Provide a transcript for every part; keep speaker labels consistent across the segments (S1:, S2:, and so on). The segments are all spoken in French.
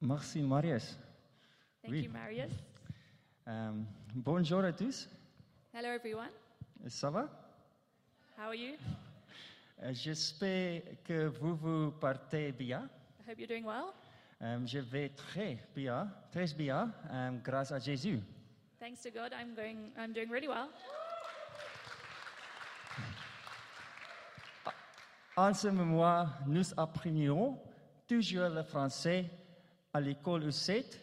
S1: Merci, Marius.
S2: Thank
S1: Oui.
S2: you, Marius.
S1: Euh, bonjour à tous.
S2: Hello, everyone.
S1: Ça va?
S2: How are you?
S1: Euh, J'espère que vous vous partez bien.
S2: I hope you're doing well.
S1: Euh, je vais très bien, très bien, euh, grâce à Jésus.
S2: Thanks to God, I'm going. I'm doing really well.
S1: En ce moment, nous apprenions toujours le français à l'école UCET,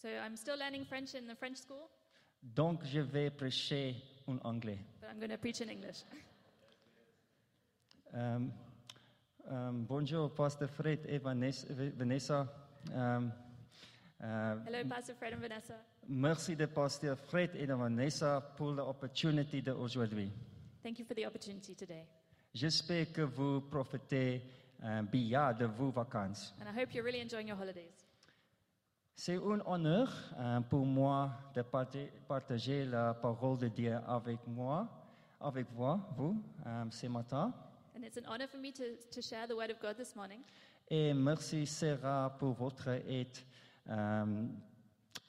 S2: So I'm still learning French in the French school,
S1: donc je vais prêcher en anglais.
S2: but I'm going to preach in English.
S1: Euh, euh, bonjour, Pasteur Fred et Vanessa. Vanessa. Euh, euh,
S2: Hello, Pastor Fred and Vanessa.
S1: Merci de Pasteur Fred et de Vanessa pour l'opportunité d'aujourd'hui.
S2: Thank you for the opportunity today,
S1: J'espère que vous profitez euh, bien de vos vacances.
S2: and I hope you're really enjoying your holidays.
S1: C'est un honneur euh, pour moi de parta- partager la parole de Dieu avec moi, avec vous, vous euh, ce matin.
S2: And it's an honor for me to, to share the word of God this morning.
S1: Et merci Sarah pour votre aide, euh,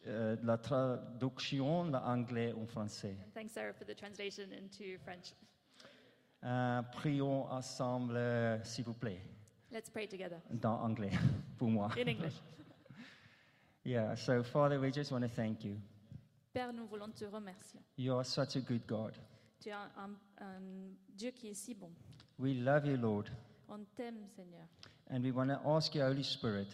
S1: euh, la traduction de l'anglais en français.
S2: And thanks, Sarah, for the translation into French.
S1: Euh, prions ensemble, euh, s'il vous plaît,
S2: Let's pray together
S1: dans anglais pour moi.
S2: in English.
S1: Yeah, so Father, we just want to thank you.
S2: Père, nous voulons te remercier.
S1: You are such a good God.
S2: Tu es un, un- un Dieu qui est si bon.
S1: We love you, Lord,
S2: On t'aime, Seigneur.
S1: and we want to ask your Holy Spirit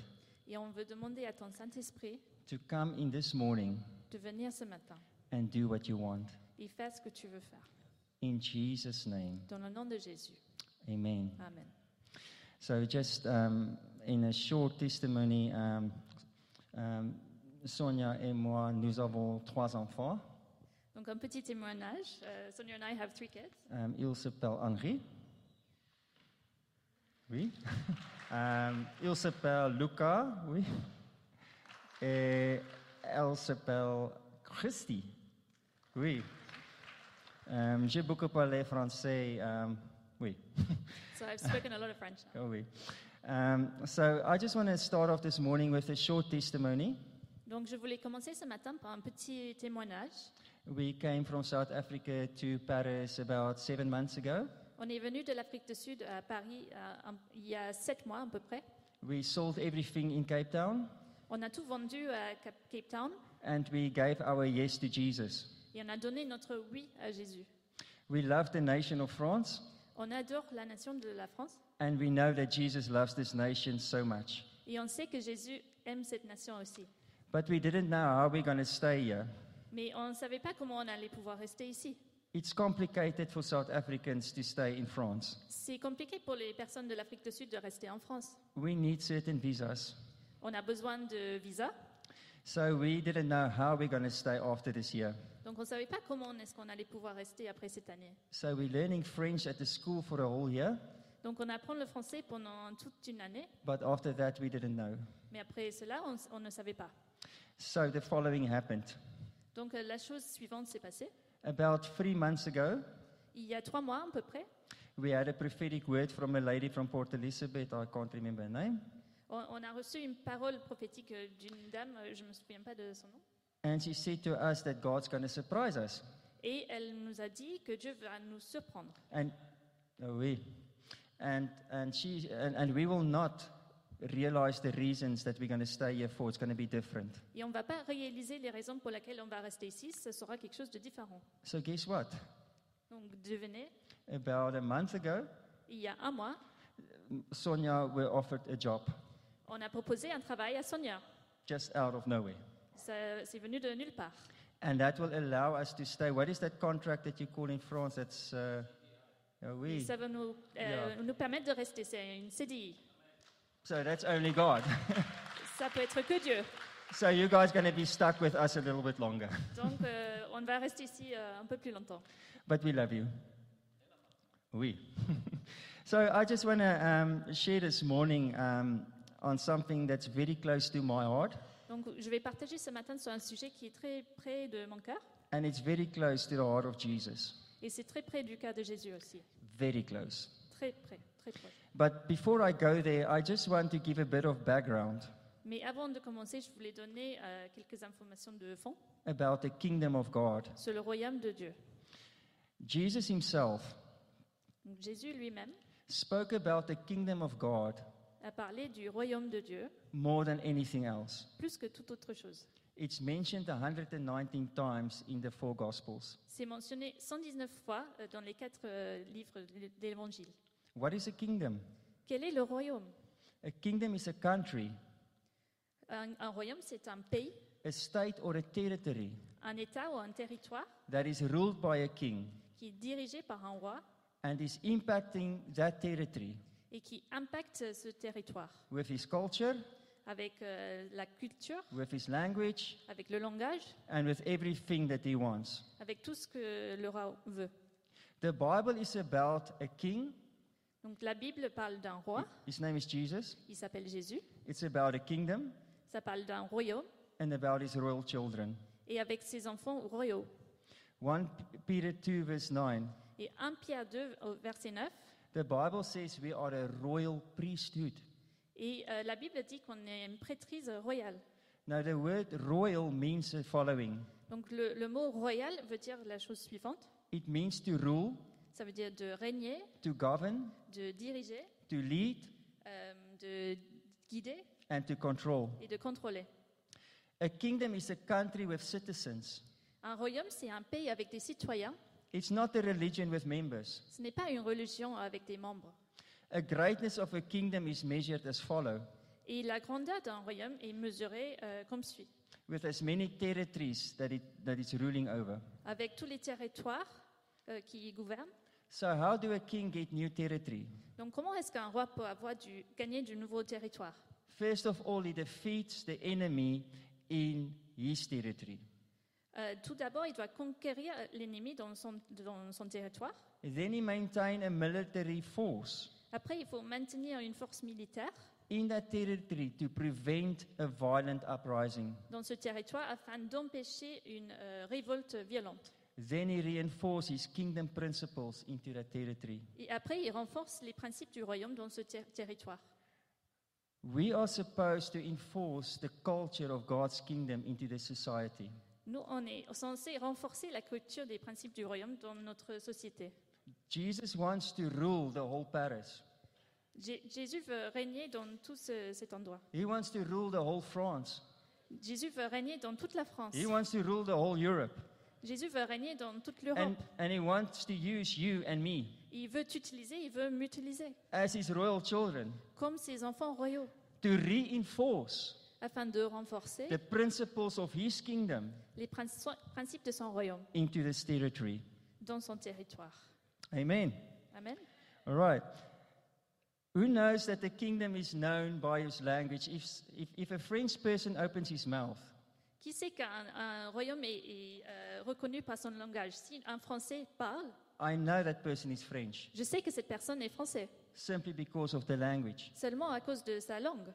S2: Et on veut demander à ton Saint-Esprit
S1: to come in this morning
S2: de venir ce matin
S1: and do what you want.
S2: et faire ce que tu veux faire.
S1: In Jesus' name,
S2: Dans le nom de Jésus.
S1: amen.
S2: Amen.
S1: So, just um, in a short testimony, um, um, Sonia et moi, nous avons trois enfants.
S2: Donc un petit témoignage. Euh, Sonia and I have three kids.
S1: Um, il s'appelle Henri. Oui. Um, il s'appelle Luca. Oui. Et elle s'appelle Christy. Oui. Um, J'ai beaucoup parlé français. um, oui.
S2: So I've spoken a lot of French now.
S1: Oh, oui. Um, so I just want to start off this morning with a short testimony.
S2: Donc je voulais commencer ce matin par un petit témoignage.
S1: We came from South Africa to Paris about seven months ago.
S2: On est venu de l'Afrique du Sud à Paris euh, un- il y a sept mois à peu près.
S1: We sold everything in Cape Town.
S2: On a tout vendu à Cap- Cape Town
S1: and we gave our yes to Jesus.
S2: et on a donné notre oui à Jésus.
S1: We love the nation of France,
S2: On adore la nation de la France
S1: and we know that Jesus loves this nation so much.
S2: et on sait que Jésus aime cette nation aussi.
S1: But we didn't know how we're going to stay here.
S2: Mais on ne savait pas comment on allait pouvoir rester ici.
S1: It's complicated for South Africans to stay in France.
S2: C'est compliqué pour les personnes de l'Afrique du Sud de rester en France.
S1: We need certain visas.
S2: On a besoin de visa,
S1: So we didn't know how we're going to stay after this year.
S2: donc on ne savait pas comment est-ce qu'on allait pouvoir rester après cette année.
S1: So we're learning French at the school for a whole year,
S2: Donc on apprend le français pendant toute une année,
S1: but after that we didn't know.
S2: mais après cela, on, s- on ne savait pas.
S1: So the following happened.
S2: Donc euh, la chose suivante s'est passée.
S1: About three months ago,
S2: Il y a trois mois à peu près,
S1: we had a prophetic word from a lady from Port Elizabeth, I can't remember her name.
S2: on, on a reçu une parole prophétique euh, d'une dame, euh, je ne me souviens pas de son nom,
S1: And she said to us that God's going to surprise us.
S2: et elle nous a dit que Dieu va nous surprendre.
S1: And oh, we, and and she and, and we will not realize the reasons that we're going to stay here for. It's going to be different.
S2: Et on ne va pas réaliser les raisons pour lesquelles on va rester ici, ce sera quelque chose de différent.
S1: So guess what?
S2: Donc devenez,
S1: About a month ago,
S2: il y a un mois,
S1: Sonia were offered a job
S2: on a proposé un travail à Sonia.
S1: just out of nowhere,
S2: Ça- C'est venu de nulle part.
S1: and that will allow us to stay. What is that contract that you call in France? That's uh, oh,
S2: Et
S1: we.
S2: ça va nous, euh,
S1: Yeah.
S2: nous permettre de rester. C'est une CDI.
S1: So that's only God.
S2: Ça peut être que Dieu.
S1: so you guys going to be stuck with us a little bit longer,
S2: Donc, euh, on va rester ici euh, un peu plus longtemps.
S1: but we love you. Oui. so I just want to um, share this morning um, on something that's very close to my heart,
S2: Donc, je vais partager ce matin sur un sujet qui est très près de mon cœur.
S1: and it's very close to the heart of Jesus.
S2: Et c'est très près du cœur de Jésus aussi.
S1: Very close.
S2: Très près, très proche.
S1: But before I go there, I just want to give a bit of background.
S2: Mais avant de commencer, je voulais donner euh, quelques informations de fond
S1: about the kingdom of God.
S2: sur le royaume de Dieu.
S1: Jesus himself
S2: Donc, Jésus lui-même
S1: spoke about the kingdom of God
S2: a parlé du royaume de Dieu
S1: more than anything else.
S2: plus que toute autre chose.
S1: It's mentioned 119 times in the four gospels.
S2: C'est mentionné 119 fois euh, dans les quatre euh, livres de l'Évangile.
S1: What is a kingdom?
S2: Quel est le royaume
S1: A kingdom is a country,
S2: un, un royaume, c'est un pays,
S1: a state or a territory
S2: un État ou un territoire
S1: that is ruled by a king
S2: qui est dirigé par un roi
S1: and is impacting that territory
S2: et qui impacte ce territoire
S1: with his culture,
S2: avec euh, la culture,
S1: with his language,
S2: avec le langage,
S1: and with everything that he wants.
S2: avec tout ce que le roi veut.
S1: The Bible is about a king.
S2: Donc la Bible parle d'un roi,
S1: His name is Jesus.
S2: il s'appelle Jésus,
S1: It's about a kingdom
S2: ça parle d'un royaume
S1: and about his royal children.
S2: et avec ses enfants royaux.
S1: 1 P- Peter 2, verse 9.
S2: Et 1 Pierre 2, au verset 9,
S1: The Bible says we are a royal priesthood.
S2: et euh, la Bible dit qu'on est une prêtrise royale.
S1: Now, the word royal means the following
S2: Donc le, le mot royal veut dire la chose suivante,
S1: it means to rule,
S2: ça veut dire de régner,
S1: to govern,
S2: de diriger,
S1: to lead,
S2: euh, de guider
S1: and to control.
S2: et de contrôler.
S1: A kingdom is a country with citizens.
S2: Un royaume, c'est un pays avec des citoyens,
S1: It's not a religion with members.
S2: ce n'est pas une religion avec des membres.
S1: A greatness of a kingdom is measured as follow,
S2: Et la grandeur d'un royaume est mesurée euh, comme suit,
S1: with as many territories that, it, that it's ruling over.
S2: avec tous les territoires euh, qui y gouvernent.
S1: So, how do a king get new territory?
S2: Donc comment est-ce qu'un roi peut avoir du, gagner du nouveau territoire
S1: First of all, he defeats the enemy in his territory.
S2: Euh, Tout d'abord, il doit conquérir l'ennemi dans son, dans son territoire.
S1: Then he maintains a military force
S2: Après, il faut maintenir une force militaire
S1: in that territory to prevent a violent uprising.
S2: dans ce territoire afin d'empêcher une euh, révolte violente.
S1: Then he reinforces his kingdom principles into that territory.
S2: Et après, il renforce les principes du royaume dans ce ter- territoire.
S1: We are supposed to enforce the culture of God's kingdom into the society.
S2: Nous, on est censé renforcer la culture des principes du royaume dans notre société.
S1: Jesus wants to rule the whole Paris.
S2: Jé- Jésus veut régner dans tout ce- cet endroit.
S1: He wants to rule the whole France.
S2: Jésus veut régner dans toute la France.
S1: He wants to rule the whole Europe.
S2: Jésus veut régner dans toute
S1: And,
S2: l'Europe.
S1: and he wants to use you and me
S2: Il veut t'utiliser, il veut m'utiliser
S1: as his royal children
S2: comme ses enfants royaux
S1: to reinforce
S2: afin de renforcer
S1: the principles of his kingdom
S2: les princi- principes de son royaume
S1: into this territory.
S2: dans son territoire.
S1: Amen.
S2: Amen.
S1: All right. Who knows that the kingdom is known by his language? If, if, if a French person opens his mouth,
S2: Qui sait qu'un un royaume est, est, euh, reconnu par son langage Si un Français parle,
S1: I know that person is French
S2: je sais que cette personne est française,
S1: simply because of the language.
S2: seulement à cause de sa langue.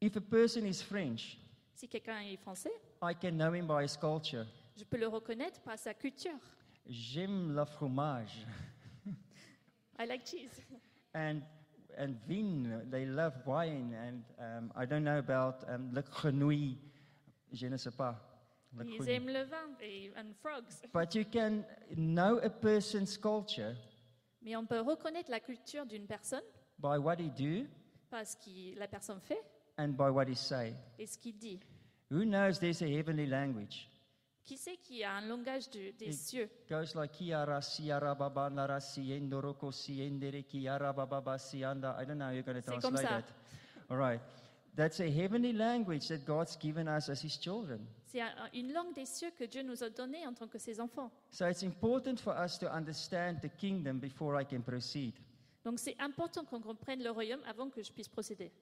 S1: If a person is French,
S2: Si quelqu'un est français,
S1: I can know him by his culture.
S2: je peux le reconnaître par sa culture.
S1: J'aime la fromage.
S2: I like cheese.
S1: And, and vin, they love wine. And um, I don't know about um, le grenouille. Je ne sais pas. Le
S2: Ils
S1: grenouille.
S2: aiment le vin et and frogs.
S1: But you can know a person's culture
S2: Mais on peut reconnaître la culture d'une personne
S1: by what he do
S2: par ce que la personne fait
S1: and by what he say.
S2: et ce qu'il dit.
S1: Who knows there's a heavenly language?
S2: Qui sait qui a un langage de- des
S1: Et-
S2: cieux
S1: Goes like kiara siara baba nara siendo roko siendere kiara baba ba sianda. I don't know how you're going to
S2: C'est comme
S1: translate
S2: ça.
S1: that. All right. That's a heavenly language that God's given us as his children.
S2: C'est un- une langue des cieux que Dieu nous a donnée en tant que ses enfants.
S1: So it's important for us to understand the kingdom before I can proceed.
S2: Donc c'est important qu'on comprenne le royaume avant que je puisse procéder.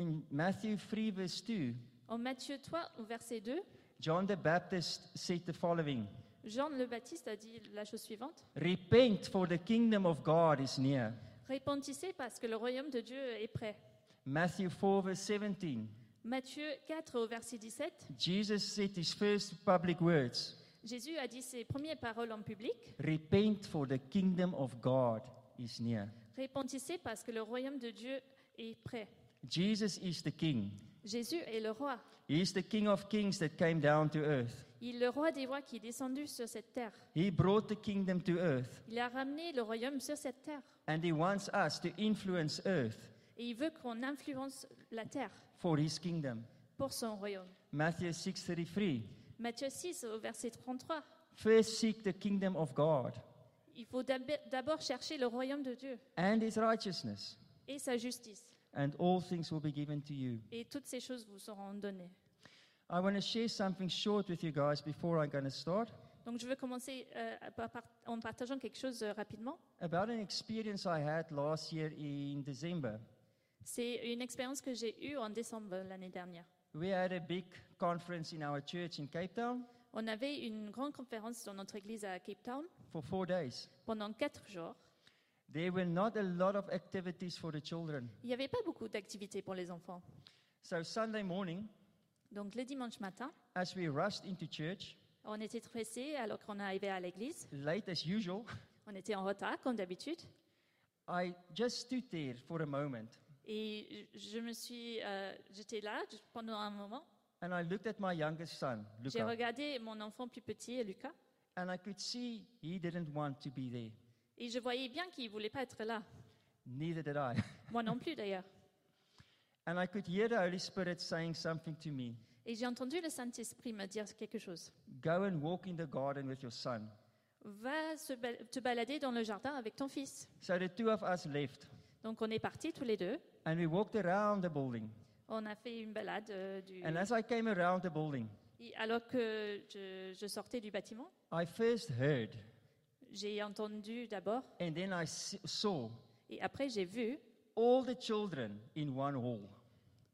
S1: In Matthew 3, verse 2,
S2: En Matthieu 3, au verset 2,
S1: John the Baptist said the following
S2: Jean le Baptiste a dit la chose suivante
S1: Repent, for the kingdom of God is near.
S2: Répentissez parce que le royaume de Dieu est prêt.
S1: Matthew 4, verse 17,
S2: Matthieu 4, au verset 17,
S1: Jesus said his first public words
S2: Jésus a dit ses premières paroles en public
S1: Repent, for the kingdom of God is near.
S2: Répentissez parce que le royaume de Dieu et prêt.
S1: Jesus is the King.
S2: Jésus est le roi.
S1: He is the King of kings that came down to earth.
S2: Il est le roi des rois qui est descendu sur cette terre.
S1: He brought the kingdom to earth,
S2: Il a ramené le royaume sur cette terre.
S1: and He wants us to influence earth
S2: Et il veut qu'on influence la terre
S1: for His kingdom.
S2: pour son royaume.
S1: Matthew 6:33.
S2: Matthieu 6, au verset 33.
S1: First seek the kingdom of God
S2: Il faut d'ab- d'abord chercher le royaume de Dieu
S1: and His righteousness,
S2: et sa justice.
S1: and all things will be given to you.
S2: Et toutes ces choses vous seront données.
S1: I want to share something short with you guys before I'm going to start
S2: Donc je veux commencer euh, par- par- en partageant quelque chose euh, rapidement.
S1: about an experience I had last year in December.
S2: C'est une expérience que j'ai eue en décembre l'année dernière.
S1: We had a big conference in our church in Cape Town
S2: On avait une grande conférence dans notre église à Cape Town
S1: for four days.
S2: pendant quatre jours.
S1: There were not a lot of activities for the children.
S2: Il n'y avait pas beaucoup d'activités pour les enfants.
S1: So Sunday morning,
S2: Donc le dimanche matin,
S1: as we rushed into church,
S2: on était pressés alors qu'on arrivait à l'église.
S1: late as usual,
S2: On était en retard comme d'habitude.
S1: I just stood there for a moment
S2: Et je me suis, euh, j'étais là pendant un moment.
S1: and I looked at my youngest son,
S2: J'ai
S1: Luca,
S2: regardé mon enfant plus petit, Lucas,
S1: and I could see he didn't want to be there.
S2: et je voyais bien qu'il voulait pas être là.
S1: Neither did I.
S2: Moi non plus d'ailleurs.
S1: And I could hear the Holy Spirit saying something to me
S2: Et j'ai entendu le Saint-Esprit me dire quelque chose.
S1: Go and walk in the garden with your son.
S2: Va se bal- te balader dans le jardin avec ton fils.
S1: So the two of us left
S2: Donc on est partis tous les deux.
S1: and we walked around the building.
S2: On a fait une balade euh, du.
S1: And as I came around the building,
S2: Et Alors que je, je sortais du bâtiment,
S1: I first heard
S2: j'ai entendu d'abord
S1: and then I s- saw
S2: et après j'ai vu
S1: all the children in one hall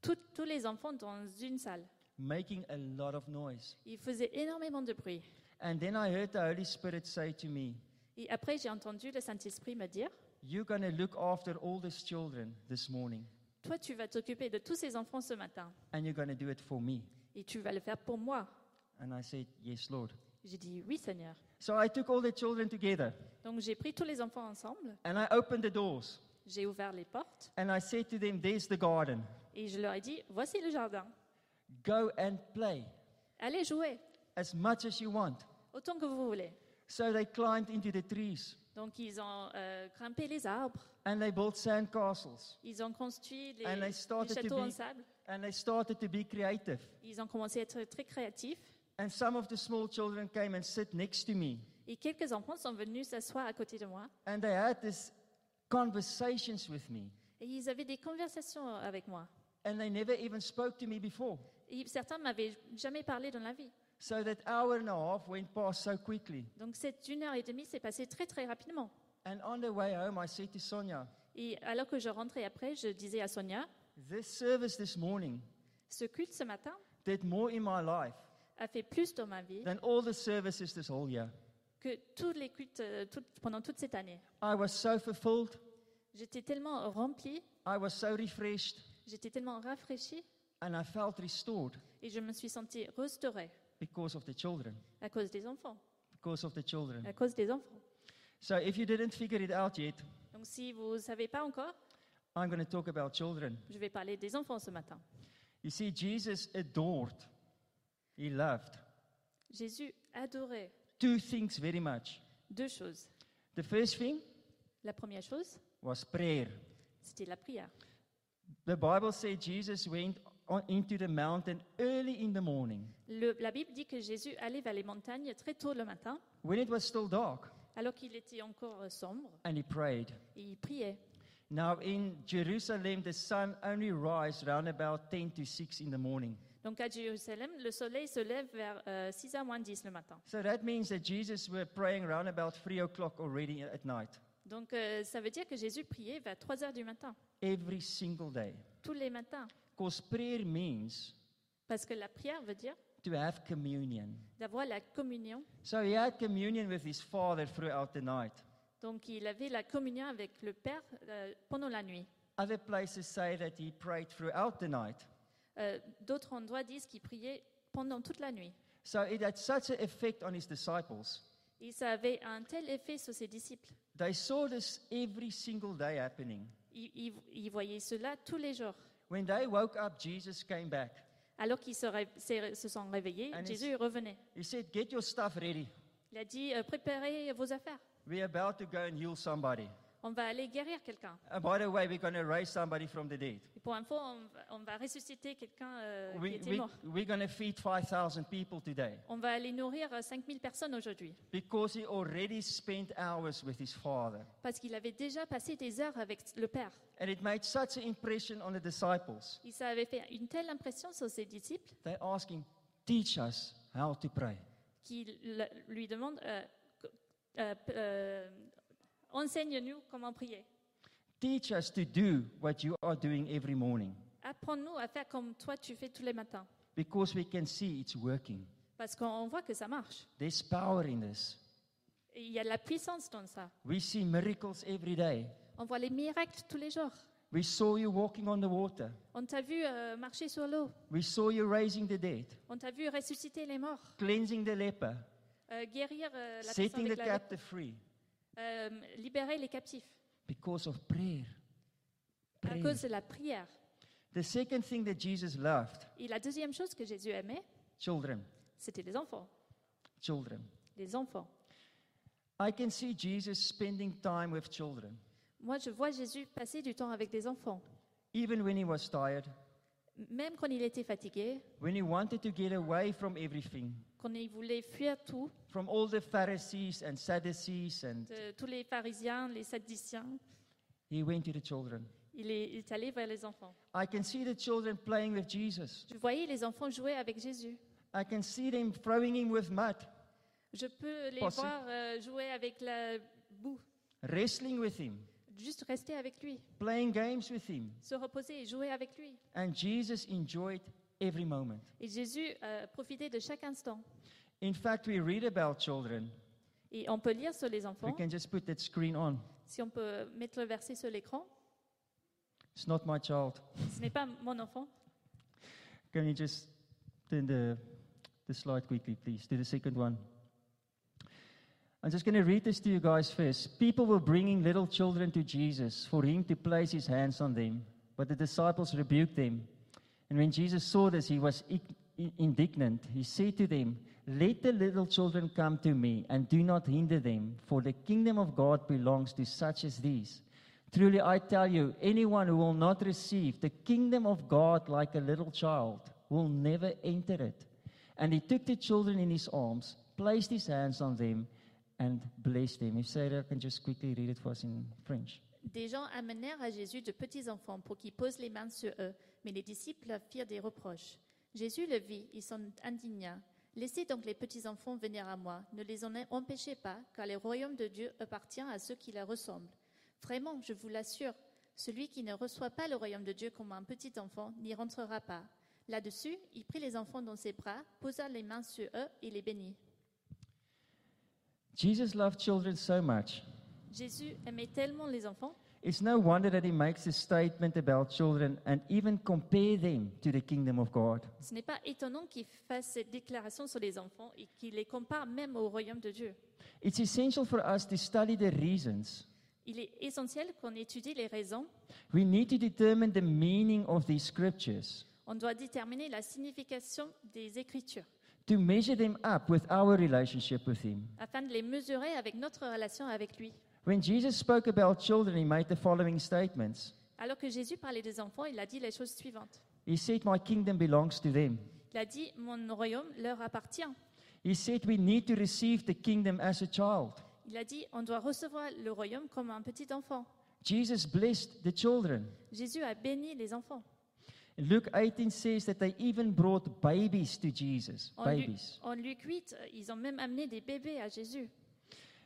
S2: tout- tous les enfants dans une salle.
S1: making a lot of noise.
S2: Ils faisaient énormément de bruit.
S1: And then I heard the Holy Spirit say to me,
S2: Et après j'ai entendu le Saint-Esprit me dire
S1: You're going to look after all these children this morning,
S2: Toi, tu vas t'occuper de tous ces enfants ce matin
S1: and you're going to do it for me.
S2: et tu vas le faire pour moi.
S1: And I said, Yes, Lord.
S2: J'ai dit Oui, Seigneur.
S1: So I took all the children together,
S2: Donc j'ai pris tous les enfants ensemble,
S1: and I opened the doors,
S2: j'ai ouvert les portes
S1: and I said to them, There's the garden.
S2: et je leur ai dit Voici le jardin,
S1: Go and play
S2: allez jouer
S1: as much as you want.
S2: autant que vous voulez.
S1: So they climbed into the trees,
S2: Donc ils ont euh, grimpé les arbres,
S1: and they built sand castles,
S2: ils ont construit les,
S1: And they
S2: les
S1: started to
S2: châteaux en
S1: be-
S2: sable,
S1: and they started to be creative.
S2: ils ont commencé à être très créatifs
S1: And some of the small children came and sit next to me,
S2: et quelques enfants sont venus s'asseoir à côté de moi
S1: and they had these conversations with me,
S2: et ils avaient des conversations avec moi.
S1: and they never even spoke to me before.
S2: Et certains m'avaient jamais parlé dans la vie.
S1: So that hour and a half went past so quickly.
S2: Donc cette une heure et demie s'est passée très très rapidement.
S1: And on the way home, I said to Sonia,
S2: Et alors que je rentrais après, je disais à Sonia,
S1: This service this morning
S2: ce culte ce matin
S1: did more in my life
S2: a fait plus dans ma vie
S1: than all the services this whole year.
S2: que tous les cultes euh, tout- pendant toute cette année.
S1: I was so fulfilled,
S2: J'étais tellement remplie,
S1: I was so refreshed,
S2: j'étais tellement rafraîchie
S1: and I felt restored
S2: et je me suis sentie restaurée
S1: because of the children.
S2: à cause des enfants,
S1: Because of the children.
S2: à cause des enfants.
S1: So if you didn't figure it out yet,
S2: Donc si vous ne savez pas encore,
S1: I'm going to talk about children.
S2: je vais parler des enfants ce matin.
S1: You see, Jesus adored, he loved
S2: Jésus adorait
S1: two things very much.
S2: deux choses.
S1: The first thing
S2: La première chose,
S1: was prayer.
S2: c'était la prière.
S1: The Bible says Jesus went on into the mountain early in the morning
S2: Le- la Bible dit que Jésus allait vers les montagnes très tôt le matin,
S1: when it was still dark
S2: alors qu'il était encore euh, sombre,
S1: and he prayed.
S2: et il priait.
S1: Now in Jerusalem, the sun only rises round about 10 to 6 in the morning.
S2: Donc à Jérusalem, le soleil se lève vers 6h moins 10 le matin.
S1: So that means that Jesus were praying round about 3 o'clock already at night,
S2: Donc euh, ça veut dire que Jésus priait vers 3h du matin,
S1: every single day.
S2: tous les matins.
S1: Because prayer means
S2: Parce que la prière veut dire
S1: to have communion.
S2: d'avoir la communion.
S1: So he had communion with his father throughout the night.
S2: Donc il avait la communion avec le Père euh, pendant la nuit.
S1: Other places say that he prayed throughout the night.
S2: Euh, D'autres endroits disent qu'il priait pendant toute la nuit.
S1: So it had such an effect on his disciples.
S2: Et ça avait un tel effet sur ses disciples.
S1: They saw this every single day happening.
S2: Ils, ils- ils voyaient cela tous les jours.
S1: When they woke up, Jesus came back.
S2: Alors qu'ils se, ré- se- se sont réveillés,
S1: And
S2: Jésus revenait.
S1: He said, Get your stuff ready.
S2: Il a dit, euh, préparez vos affaires.
S1: We're about to go and heal somebody.
S2: On va aller guérir quelqu'un.
S1: And by the way, we're going to raise somebody from the dead.
S2: Et Pour info, on va, on va ressusciter quelqu'un euh, qui
S1: We,
S2: était
S1: we,
S2: mort.
S1: we're going to feed 5,000 people today
S2: On va aller nourrir euh, 5000 personnes aujourd'hui.
S1: because he already spent hours with his father.
S2: Parce qu'il avait déjà passé des heures avec le Père.
S1: And it made such an impression on the disciples.
S2: Il avait fait une telle impression sur ses disciples
S1: They asked him, Teach us how to pray.
S2: qu'il lui demande euh, co- euh, p- euh, Enseigne-nous comment prier.
S1: Teach us to do what you are doing every morning
S2: Apprends-nous à faire comme toi tu fais tous les matins.
S1: because we can see it's working.
S2: Parce qu'on voit que ça marche.
S1: There's power in this.
S2: Et il y a de la puissance dans ça.
S1: We see miracles every day.
S2: On voit les miracles tous les jours.
S1: We saw you walking on the water.
S2: On t'a vu euh, marcher sur l'eau.
S1: We saw you raising the dead,
S2: On t'a vu ressusciter les morts.
S1: cleansing the leper,
S2: Euh, guérir euh, la personne
S1: setting the
S2: avec la-
S1: captive free
S2: euh, libérer les captifs
S1: because of prayer.
S2: à
S1: Prayer.
S2: cause de la prière.
S1: The second thing that Jesus loved
S2: Et la deuxième chose que Jésus aimait,
S1: children.
S2: c'était les enfants.
S1: Children.
S2: Les enfants.
S1: I can see Jesus spending time with children,
S2: Moi, je vois Jésus passer du temps avec des enfants.
S1: even when he was tired,
S2: Même quand il était fatigué,
S1: when he wanted to get away from everything,
S2: quand il voulait fuir tout,
S1: from all the Pharisees and Sadducees, and
S2: de euh, tous les pharisiens, les sadduciens,
S1: he went to the children.
S2: il est, il est allé vers les enfants.
S1: I can see the children playing with Jesus.
S2: Je voyais les enfants jouer avec Jésus.
S1: I can see them throwing him with mud,
S2: Je peux les
S1: Passer.
S2: voir euh, jouer avec la boue,
S1: wrestling with him,
S2: juste rester avec lui,
S1: playing games with him.
S2: se reposer et jouer avec lui.
S1: And Jesus enjoyed every moment.
S2: Et Jésus euh, profitait de chaque instant.
S1: In fact, we read about children.
S2: Et on peut lire sur les
S1: We
S2: enfants,
S1: can just put that screen on.
S2: si on peut mettre le verset sur l'écran.
S1: It's not my child.
S2: Ce n'est pas mon enfant.
S1: Can you just turn the, the slide quickly, please, to the second one? I'm just going to read this to you guys first. People were bringing little children to Jesus for him to place his hands on them, but the disciples rebuked them. And when Jesus saw this, he was ig- i- indignant. He said to them, Let the little children come to me, and do not hinder them, for the kingdom of God belongs to such as these. Truly, I tell you, anyone who will not receive the kingdom of God like a little child will never enter it. And he took the children in his arms, placed his hands on them, and blessed them. If Sarah can just quickly read it for us in French.
S2: Des gens amenèrent à Jésus de petits enfants pour qu'ils posent les mains sur eux, mais les disciples leur firent des reproches. Jésus le vit, il s'en indigna. Laissez donc les petits enfants venir à moi, ne les en empêchez pas, car le royaume de Dieu appartient à ceux qui la ressemblent. Vraiment, je vous l'assure, celui qui ne reçoit pas le royaume de Dieu comme un petit enfant n'y rentrera pas. Là-dessus, il prit les enfants dans ses bras, posa les mains sur eux et les bénit.
S1: Jesus loved children so much.
S2: Jésus aimait tellement les enfants
S1: It's no wonder that he makes a statement about children and even compare them to the kingdom of God.
S2: Ce n'est pas étonnant qu'il fasse cette déclaration sur les enfants et qu'il les compare même au royaume de Dieu.
S1: It's essential for us to study the reasons.
S2: Il est essentiel qu'on étudie les raisons.
S1: We need to determine the meaning of these scriptures
S2: On doit déterminer la signification des Écritures
S1: to measure them up with our relationship with him.
S2: afin de les mesurer avec notre relation avec lui.
S1: When Jesus spoke about children, he made the following statements.
S2: Alors que Jésus parlait des enfants, il a dit les choses suivantes.
S1: He said, My kingdom belongs to them.
S2: Il a dit, mon royaume leur appartient.
S1: He said, We need to receive the kingdom as a child.
S2: Il a dit, on doit recevoir le royaume comme un petit enfant.
S1: Jesus blessed the children.
S2: Jésus a béni les enfants.
S1: Luke 18 says that they even brought babies to Jesus.
S2: En, Lu-
S1: Babies.
S2: en Luc 8, ils ont même amené des bébés à Jésus.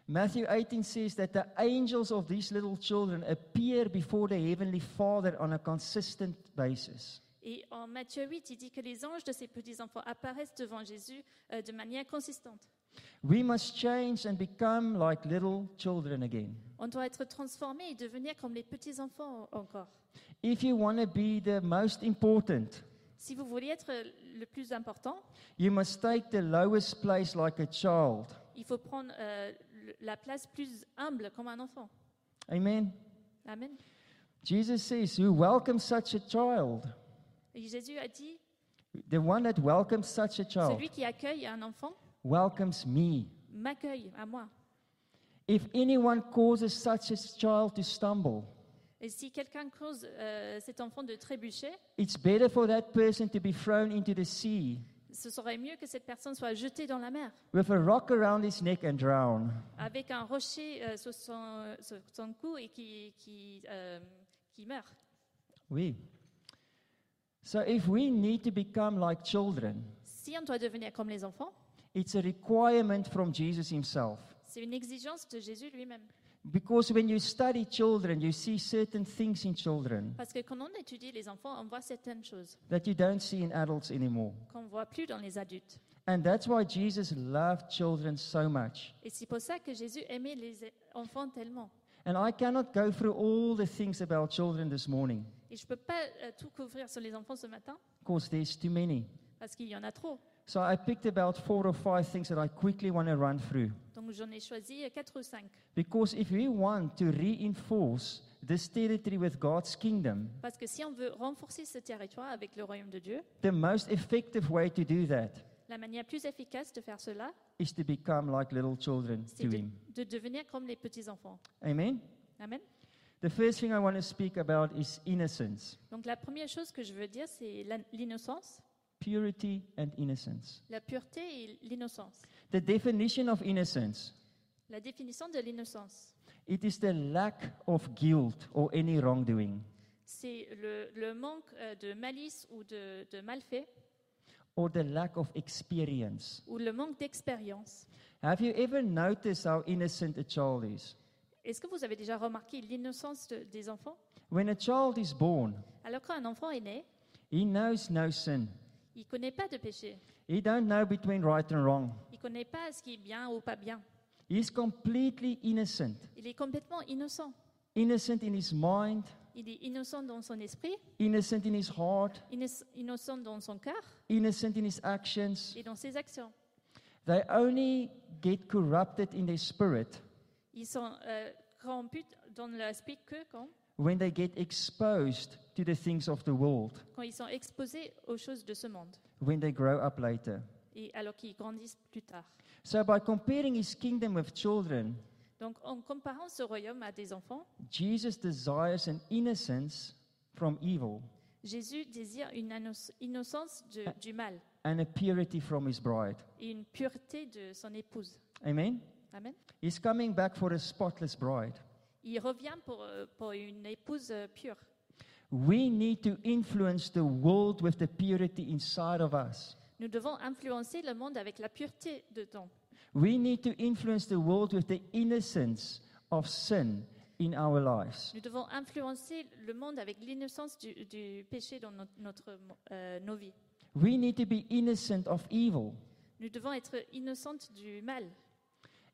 S1: Matthew 18 says that the angels of these little children appear before the Heavenly Father on a consistent basis.
S2: Et en Matthieu 8, il dit que les anges de ces petits-enfants apparaissent devant Jésus euh, de manière consistante.
S1: We must change and become like little children again.
S2: On doit être transformé et devenir comme les petits-enfants en- encore.
S1: If you want to be the most important,
S2: Si vous voulez être le plus important,
S1: you must take the lowest place like a child.
S2: il faut prendre euh, le- la place plus humble comme un enfant.
S1: Amen.
S2: Amen.
S1: Jesus says, Who welcomes such a child?
S2: Et Jésus a dit,
S1: The one that welcomes such a child
S2: celui qui accueille un enfant
S1: welcomes me.
S2: m'accueille à moi.
S1: If anyone causes such a child to stumble,
S2: Et si quelqu'un cause euh, cet enfant de trébucher,
S1: it's better for that person to be thrown into the sea
S2: ce serait mieux que cette personne soit jetée dans la mer
S1: with a rock around his neck and drown
S2: avec un rocher euh, sur, son, sur son cou et qui, qui, euh, qui meurt.
S1: We. So if we need to become like children,
S2: Si on doit devenir comme les enfants,
S1: it's a requirement from Jesus himself.
S2: c'est une exigence de Jésus lui-même.
S1: Because when you study children, you see certain things in children
S2: Parce que quand on étudie les enfants, on voit certaines choses
S1: that you don't see in adults anymore.
S2: qu'on ne voit plus dans les adultes.
S1: And that's why Jesus loved children so much.
S2: Et c'est pour ça que Jésus aimait les enfants tellement.
S1: And I cannot go through all the things about children this morning
S2: Et je ne peux pas euh, tout couvrir sur les enfants ce matin
S1: because there's too many.
S2: parce qu'il y en a trop.
S1: So I picked about four or five things that I quickly want to run through.
S2: Donc j'en ai choisi euh, quatre ou cinq.
S1: Because if we want to reinforce this territory with God's kingdom,
S2: Parce que si on veut renforcer ce territoire avec le royaume de Dieu,
S1: the most effective way to do that
S2: la manière plus efficace de faire cela,
S1: is to become like little children
S2: c'est
S1: to
S2: de,
S1: Him.
S2: de devenir comme les petits-enfants.
S1: Amen?
S2: Amen.
S1: The first thing I want to speak about is innocence
S2: Donc la première chose que je veux dire, c'est la- l'innocence,
S1: purity and innocence.
S2: la pureté et l'innocence.
S1: The definition of innocence
S2: La définition de l'innocence,
S1: it is the lack of guilt or any wrongdoing,
S2: c'est le, le manque euh, de malice ou de, de malfait
S1: or the lack of experience.
S2: ou le manque d'expérience.
S1: Have you ever noticed how innocent a child is?
S2: Est-ce que vous avez déjà remarqué l'innocence de- des enfants
S1: When a child is born,
S2: Alors quand un enfant est né,
S1: he knows no sin.
S2: il ne connaît pas de péché,
S1: He don't know between right and wrong.
S2: il ne connaît pas ce qui est bien ou pas bien.
S1: He's completely innocent.
S2: Il est complètement innocent.
S1: Innocent in his mind,
S2: Il est innocent dans son esprit,
S1: innocent in his heart,
S2: inno- innocent dans son cœur
S1: innocent in his actions.
S2: et dans ses actions.
S1: They only get corrupted in their spirit
S2: Ils sont euh, corrompus dans l'aspect que quand,
S1: when they get exposed to the things of the world
S2: quand ils sont exposés aux choses de ce monde
S1: when they grow up later.
S2: et alors qu'ils grandissent plus tard.
S1: So, by comparing his kingdom with children,
S2: Donc en comparant ce royaume à des enfants,
S1: Jesus desires an innocence from evil
S2: Jésus désire une inno- innocence de- du mal
S1: and a purity from his bride.
S2: et une pureté de son épouse.
S1: Amen?
S2: Amen.
S1: He's coming back for a spotless bride.
S2: Il revient pour, euh, pour une épouse euh, pure.
S1: We need to influence the world with the purity inside of us.
S2: Nous devons influencer le monde avec la pureté dedans.
S1: We need to influence the world with the innocence of sin in our lives.
S2: Nous devons influencer le monde avec l'innocence du, du péché dans no- notre, euh, nos vies.
S1: We need to be innocent of evil.
S2: Nous devons être innocentes du mal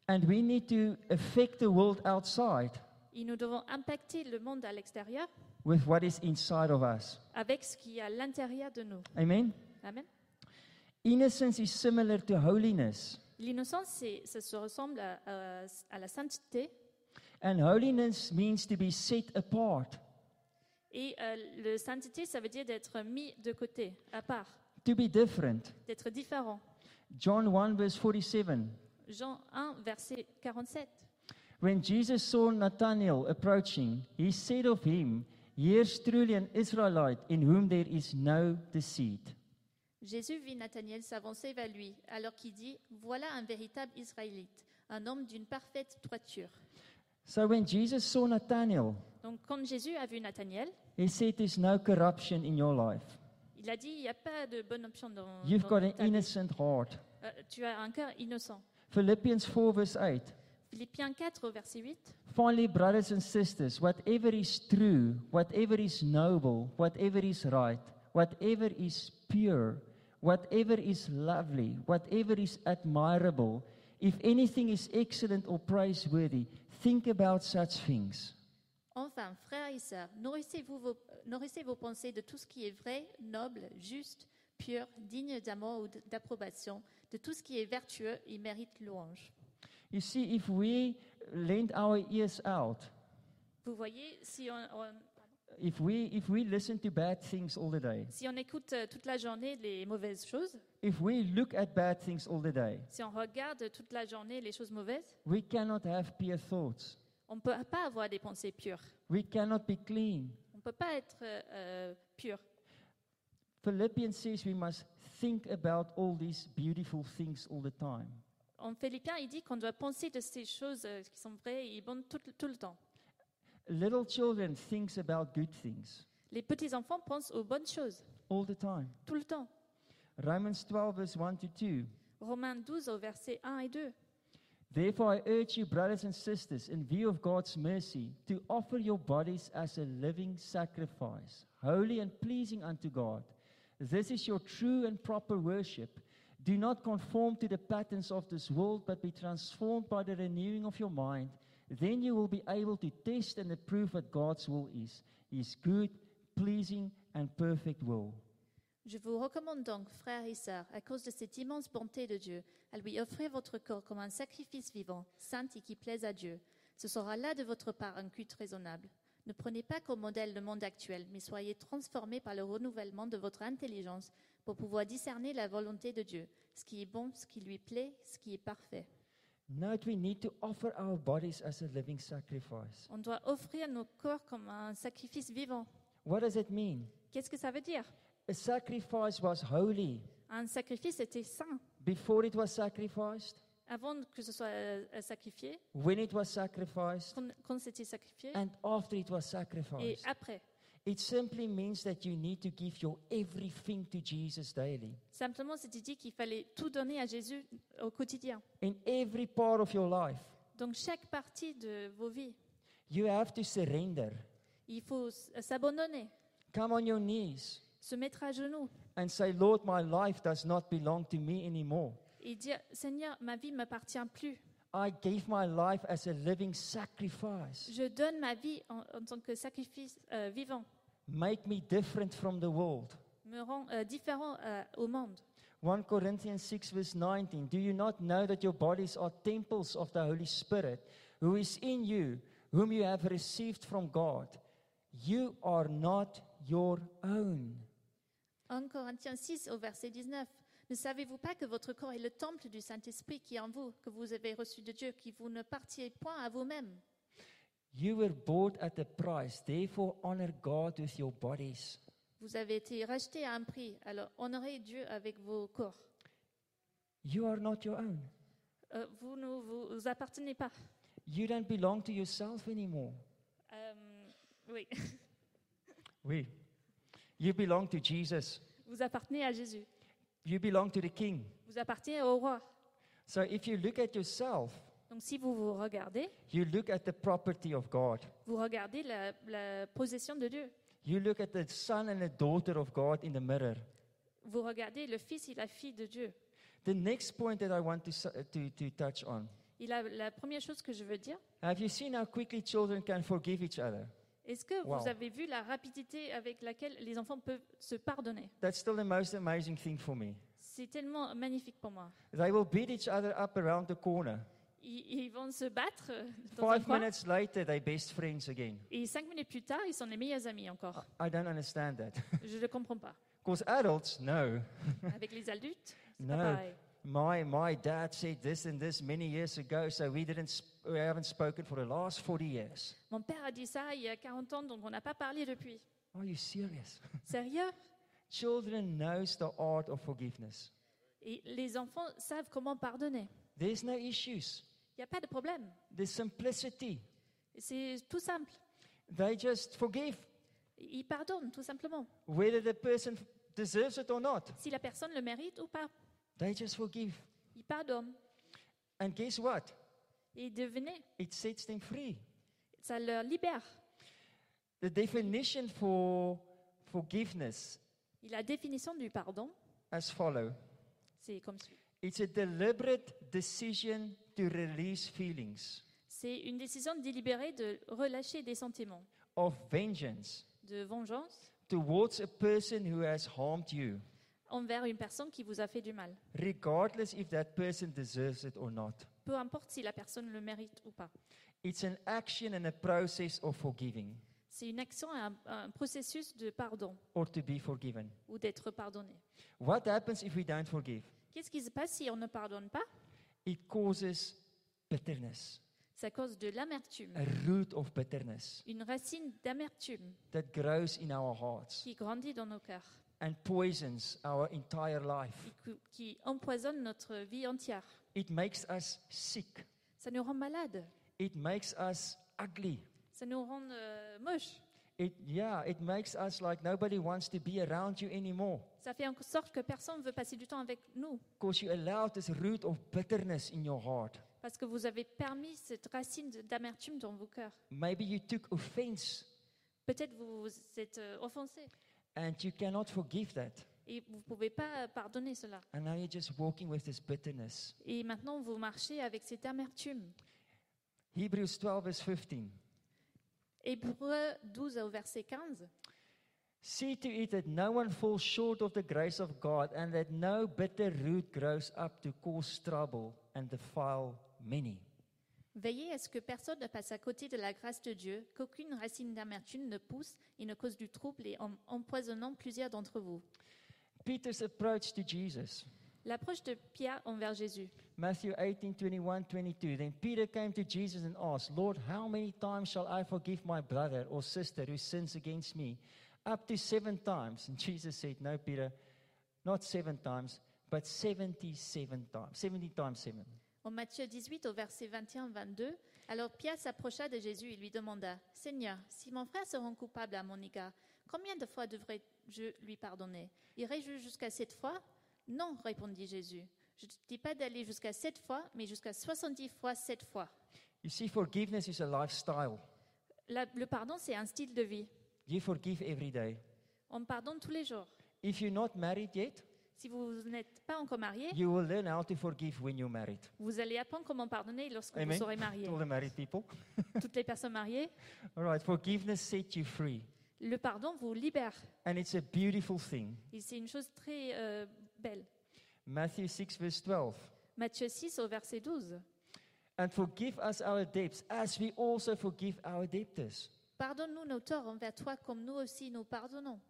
S1: And we need to affect the world outside
S2: et nous devons impacter le monde à l'extérieur
S1: with what is inside of us.
S2: avec ce qui est à l'intérieur de nous.
S1: Amen?
S2: Amen.
S1: Innocence is similar to holiness,
S2: L'innocence, c'est- ça se ressemble à, à- à la sainteté
S1: and holiness means to be set apart,
S2: et euh, le sainteté, ça veut dire d'être mis de côté, à part,
S1: to be different.
S2: d'être différent.
S1: John 1, verse 47.
S2: Jean 1, verset 47.
S1: When Jesus saw Nathanael approaching, he said of him, Here's truly an Israelite in whom there is no deceit.
S2: Jésus vit Nathanaël s'avancer vers lui, alors qu'il dit Voilà un véritable Israélite, un homme d'une parfaite droiture.
S1: So when Jesus saw Nathanael,
S2: Donc, quand Jésus a vu Nathanaël,
S1: he said, There's no corruption in your life.
S2: il a dit Il n'y a pas de bonne option dans.
S1: You've
S2: dans
S1: got an
S2: ta vie.
S1: innocent heart.
S2: Euh, tu as un cœur innocent.
S1: Philippians 4, verse 8.
S2: Philippiens 4, au verset 8.
S1: Finally, brothers and sisters, whatever is true, whatever is noble, whatever is right, whatever is pure, whatever is lovely, whatever is admirable, if anything is excellent or praiseworthy, think about such things.
S2: Enfin, frères et sœurs, nourrissez-vous vos, nourrissez vos pensées de tout ce qui est vrai, noble, juste, pur, digne d'amour ou d- d'approbation, de tout ce qui est vertueux et mérite louange.
S1: You see, if we lend our ears out,
S2: Vous voyez, si on- on-
S1: if we if we listen to bad things all the day,
S2: Si on écoute euh, toute la journée les mauvaises choses,
S1: if we look at bad things all the day,
S2: si on regarde toute la journée les choses mauvaises,
S1: we cannot have pure thoughts.
S2: on ne peut pas avoir des pensées pures.
S1: We cannot be clean.
S2: On ne peut pas être euh, euh, pur.
S1: Philippians says we must think about all these beautiful things all the time.
S2: En Philippiens, il dit qu'on doit penser de ces choses euh, qui sont vraies et bonnes tout, tout le temps.
S1: Little children thinks about good things
S2: Les petits-enfants pensent aux bonnes choses
S1: all the time.
S2: tout le temps.
S1: Romans 12 verse 1 to 2.
S2: Romains 12 au verset 1 et 2.
S1: Therefore, I urge you, brothers and sisters, in view of God's mercy, to offer your bodies as a living sacrifice, holy and pleasing unto God. This is your true and proper worship. Do not conform to the patterns of this world, but be transformed by the renewing of your mind. Then you will be able to test and approve what God's will is His good, pleasing, and perfect will.
S2: Je vous recommande donc, frères et sœurs, à cause de cette immense bonté de Dieu, à lui offrir votre corps comme un sacrifice vivant, saint et qui plaise à Dieu. Ce sera là de votre part un culte raisonnable. Ne prenez pas comme modèle le monde actuel, mais soyez transformés par le renouvellement de votre intelligence pour pouvoir discerner la volonté de Dieu, ce qui est bon, ce qui lui plaît, ce qui est parfait.
S1: Note we need to offer our bodies as a living sacrifice.
S2: On doit offrir nos corps comme un sacrifice vivant.
S1: What does it mean?
S2: Qu'est-ce que ça veut dire
S1: A sacrifice was holy
S2: Un sacrifice était saint.
S1: before it was sacrificed,
S2: Avant que ce soit euh, sacrifié,
S1: when it was sacrificed,
S2: quand, quand c'était sacrifié,
S1: and after it was
S2: Et
S1: sacrificed.
S2: après,
S1: It simply means that you need to give your everything to Jesus daily.
S2: simplement, c'était dit qu'il fallait tout donner à Jésus au quotidien.
S1: In every part of your life,
S2: Donc, chaque partie de vos vies,
S1: you have to surrender.
S2: il faut s- s'abandonner,
S1: Come on your knees
S2: se mettre à genoux
S1: and say, Lord, my life does not belong to me anymore.
S2: et dire Seigneur, ma vie ne m'appartient plus.
S1: I gave my life as a living sacrifice.
S2: Je donne ma vie en, en tant que sacrifice euh, vivant,
S1: Make me different from the world.
S2: me rend euh, différent euh, au monde.
S1: 1 Corinthians 6, verse 19. Do you not know that your bodies are temples of the Holy Spirit, who is in you, whom you have received from God? You are not your own.
S2: 1 Corinthiens 6 au verset 19. Ne savez-vous pas que votre corps est le temple du Saint-Esprit qui est en vous, que vous avez reçu de Dieu, qui vous ne partiez point à vous-même
S1: You were bought at a price. Therefore, honor God with your bodies.
S2: Vous avez été rachetés à un prix, alors honorez Dieu avec vos corps.
S1: You are not your own.
S2: Euh, vous ne vous, vous appartenez pas.
S1: You don't belong to yourself anymore.
S2: Euh, oui,
S1: We. You belong to Jesus.
S2: vous appartenez à Jésus.
S1: You belong to the King.
S2: Vous appartenez au roi.
S1: So if you look at yourself,
S2: Donc si vous vous regardez,
S1: you look at the property of God.
S2: vous regardez la, la possession de Dieu.
S1: You look at the son and the daughter of God in the mirror.
S2: Vous regardez le fils et la fille de Dieu.
S1: The next point that I want to, s- to, to touch on
S2: Et la, la première chose que je veux dire,
S1: have you seen how quickly children can forgive each other?
S2: est-ce que
S1: Wow.
S2: vous avez vu la rapidité avec laquelle les enfants peuvent se pardonner
S1: That's still the most amazing thing for me.
S2: C'est tellement magnifique pour moi.
S1: They will beat each other up around the corner.
S2: Ils, ils vont se battre euh, dans un
S1: Five
S2: coin,
S1: minutes later, they're best friends again.
S2: et cinq minutes plus tard, ils sont les meilleurs amis encore.
S1: I don't understand that.
S2: Je ne comprends pas.
S1: Because adults know.
S2: Avec les adultes, c'est pas
S1: No.
S2: pareil.
S1: My, my dad said this and this many years ago, so we, didn't sp- we haven't spoken for the last 40 years.
S2: Mon père a dit ça il y a 40 ans, donc on n'a pas parlé depuis.
S1: Are you serious?
S2: Sérieux
S1: Children knows the art of forgiveness.
S2: Et les enfants savent comment pardonner.
S1: There's no issues.
S2: Il n'y a pas de problème.
S1: The simplicity.
S2: C'est tout simple.
S1: They just forgive,
S2: Ils pardonnent, tout simplement.
S1: whether the person f- deserves it or not.
S2: Si la personne le mérite ou pas,
S1: They just forgive.
S2: ils pardonnent.
S1: And guess what?
S2: Et devenez,
S1: It sets them free.
S2: ça leur libère.
S1: The definition for forgiveness
S2: Et la définition du pardon,
S1: as follow.
S2: c'est comme suit.
S1: It's a deliberate decision to release feelings
S2: C'est une décision délibérée de relâcher des sentiments
S1: of vengeance
S2: de vengeance
S1: towards a person who has harmed you,
S2: envers une personne qui vous a fait du mal,
S1: regardless if that person deserves it or not.
S2: peu importe si la personne le mérite ou pas.
S1: It's an action and a process of forgiving.
S2: C'est une action, un, un processus de pardon
S1: or to be forgiven.
S2: ou d'être pardonné.
S1: What happens if we don't forgive?
S2: Qu'est-ce qui se passe si on ne pardonne pas
S1: It causes bitterness,
S2: Ça cause de l'amertume,
S1: a root of bitterness
S2: une racine d'amertume
S1: that grows in our hearts
S2: qui grandit dans nos cœurs
S1: and poisons our entire life.
S2: et cou- qui empoisonne notre vie entière.
S1: It makes us sick.
S2: Ça nous rend malades,
S1: It makes us ugly.
S2: ça nous rend euh, moches.
S1: It, yeah, it makes us like nobody wants to be around you anymore
S2: Ça fait en sorte que personne ne veut passer du temps avec nous
S1: because you allow this root of bitterness in your heart.
S2: parce que vous avez permis cette racine de- d'amertume dans vos cœurs.
S1: Maybe you took offense
S2: Peut-être vous vous êtes euh, offensé
S1: and you cannot forgive that.
S2: et vous ne pouvez pas pardonner cela.
S1: And now you're just walking with this bitterness.
S2: Et maintenant, vous marchez avec cette amertume.
S1: Hebrews 12, verse 15.
S2: Hébreux 12 au verset 15.
S1: See to it that no one falls short of the grace of God, and that no bitter root grows up to cause trouble and defile many.
S2: Veillez à ce que personne ne passe à côté de la grâce de Dieu, qu'aucune racine d'amertume ne pousse et ne cause du trouble et en empoisonnant plusieurs d'entre vous.
S1: Peter's approach to Jesus.
S2: L'approche de Pierre envers Jésus.
S1: Matthew 18, 21, 22. Then Peter came to Jesus and asked, Lord, how many times shall I forgive my brother or sister who sins against me? Up to seven times. And Jesus said, No, Peter, not seven times, but 77 times. 70 times seven.
S2: En Matthieu 18 au verset 21-22, alors Pierre s'approcha de Jésus et lui demanda, Seigneur, si mon frère se rend coupable à mon égard, combien de fois devrais-je lui pardonner Irai-je jusqu'à sept fois Non, répondit Jésus. Je ne te dis pas d'aller jusqu'à sept fois, mais jusqu'à soixante-dix fois sept fois.
S1: You see, forgiveness is a lifestyle.
S2: La- le pardon, c'est un style de vie.
S1: You forgive every day.
S2: On pardonne tous les jours.
S1: If you're not married yet,
S2: Si vous n'êtes pas encore marié,
S1: you will learn how to forgive when you're married.
S2: vous allez apprendre comment pardonner lorsque vous
S1: Amen.
S2: serez marié.
S1: To all the married people.
S2: Toutes les personnes mariées,
S1: All right, forgiveness sets you free.
S2: le pardon vous libère.
S1: And it's a beautiful thing.
S2: Et c'est une chose très euh, belle.
S1: Matthew 6, verse 12.
S2: Matthieu 6 au verset 12.
S1: And forgive us our debts as we also forgive our debtors.
S2: Pardonne-nous nos torts envers toi comme nous aussi nous pardonnons.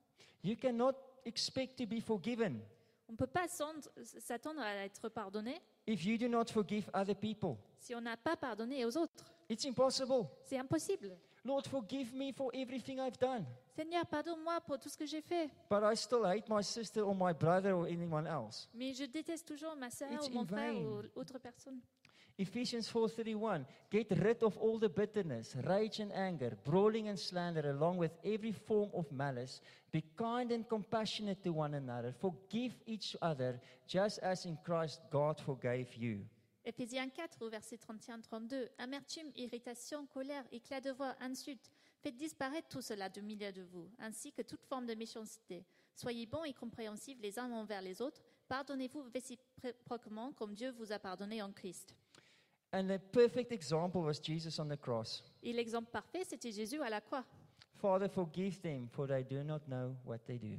S1: You cannot expect to be forgiven
S2: On ne peut pas s'en- s'attendre à être pardonné
S1: if you do not forgive other people.
S2: si on n'a pas pardonné aux autres.
S1: It's impossible.
S2: C'est impossible.
S1: Lord, forgive me for everything I've done,
S2: Seigneur, pardonne-moi pour tout ce que j'ai fait,
S1: but I still hate my sister or my brother or anyone else.
S2: mais je déteste toujours ma sœur
S1: It's
S2: ou mon
S1: in
S2: frère
S1: vain.
S2: ou autre personne.
S1: Ephesians 4:31 Get rid of all the bitterness, rage and anger, brawling and slander along with every form of malice. Be kind and compassionate to one another. Forgive each other just as in Christ God forgave you.
S2: Éphésiens 4 au verset 31-32. Amertume, irritation, colère, éclat de voix, insultes. Faites disparaître tout cela du milieu de vous, ainsi que toute forme de méchanceté. Soyez bons et compréhensifs les uns envers les autres. Pardonnez-vous réciproquement comme Dieu vous a pardonné en Christ.
S1: And a perfect example was Jesus on the cross.
S2: Et l'exemple parfait, c'était Jésus à la croix.
S1: Father, forgive them, for they do not know what they do.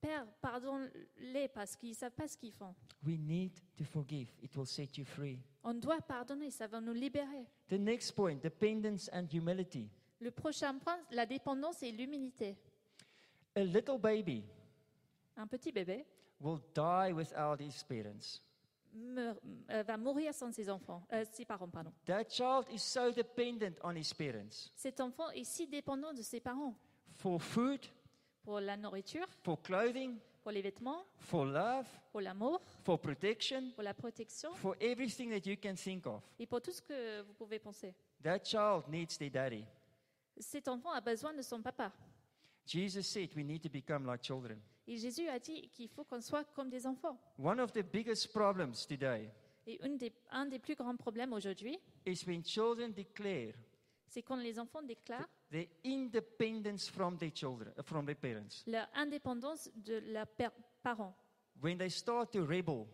S2: Père, pardonne-les parce qu'ils ne savent pas ce qu'ils font.
S1: We need to forgive, it will set you free.
S2: On doit pardonner, ça va nous libérer.
S1: The next point dependence and humility.
S2: Le prochain point, la dépendance et l'humilité.
S1: A little baby
S2: Un petit bébé
S1: will die without his parents.
S2: meurt- euh, va mourir sans ses enfants, euh, ses parents, pardon.
S1: That child is so dependent on his parents
S2: Cet enfant est si dépendant de ses parents
S1: for food,
S2: pour la nourriture,
S1: for clothing,
S2: pour les vêtements,
S1: for love,
S2: pour l'amour,
S1: for protection,
S2: pour la protection
S1: for everything that you can think of.
S2: et pour tout ce que vous pouvez penser.
S1: That child needs their daddy.
S2: Cet enfant a besoin de son papa.
S1: Jesus said we need to become like children.
S2: Et Jésus a dit qu'il faut qu'on soit comme des enfants.
S1: One of the biggest problems today
S2: Et une des- un des plus grands problèmes aujourd'hui,
S1: is when children declare
S2: c'est quand les enfants déclarent
S1: their independence from their children, uh, from their parents.
S2: leur indépendance de leurs per- parents.
S1: When they start to rebel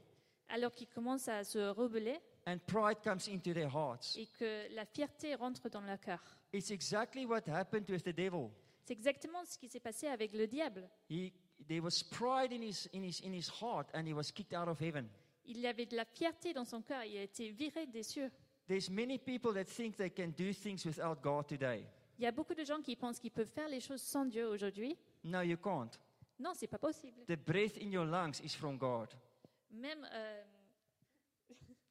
S2: Alors qu'ils commencent à se rebeller
S1: and pride comes into their hearts.
S2: et que la fierté rentre dans leur cœur.
S1: It's exactly what happened with the devil.
S2: C'est exactement ce qui s'est passé avec le diable.
S1: He, there was pride in his, in, his, in his heart and he was kicked out of heaven.
S2: Il y avait de la fierté dans son cœur, il a été viré des cieux.
S1: There's many people that think they can do things without God today.
S2: Il y a beaucoup de gens qui pensent qu'ils peuvent faire les choses sans Dieu aujourd'hui.
S1: No, you can't.
S2: Non, c'est pas possible.
S1: The breath in your lungs is from God.
S2: Même euh,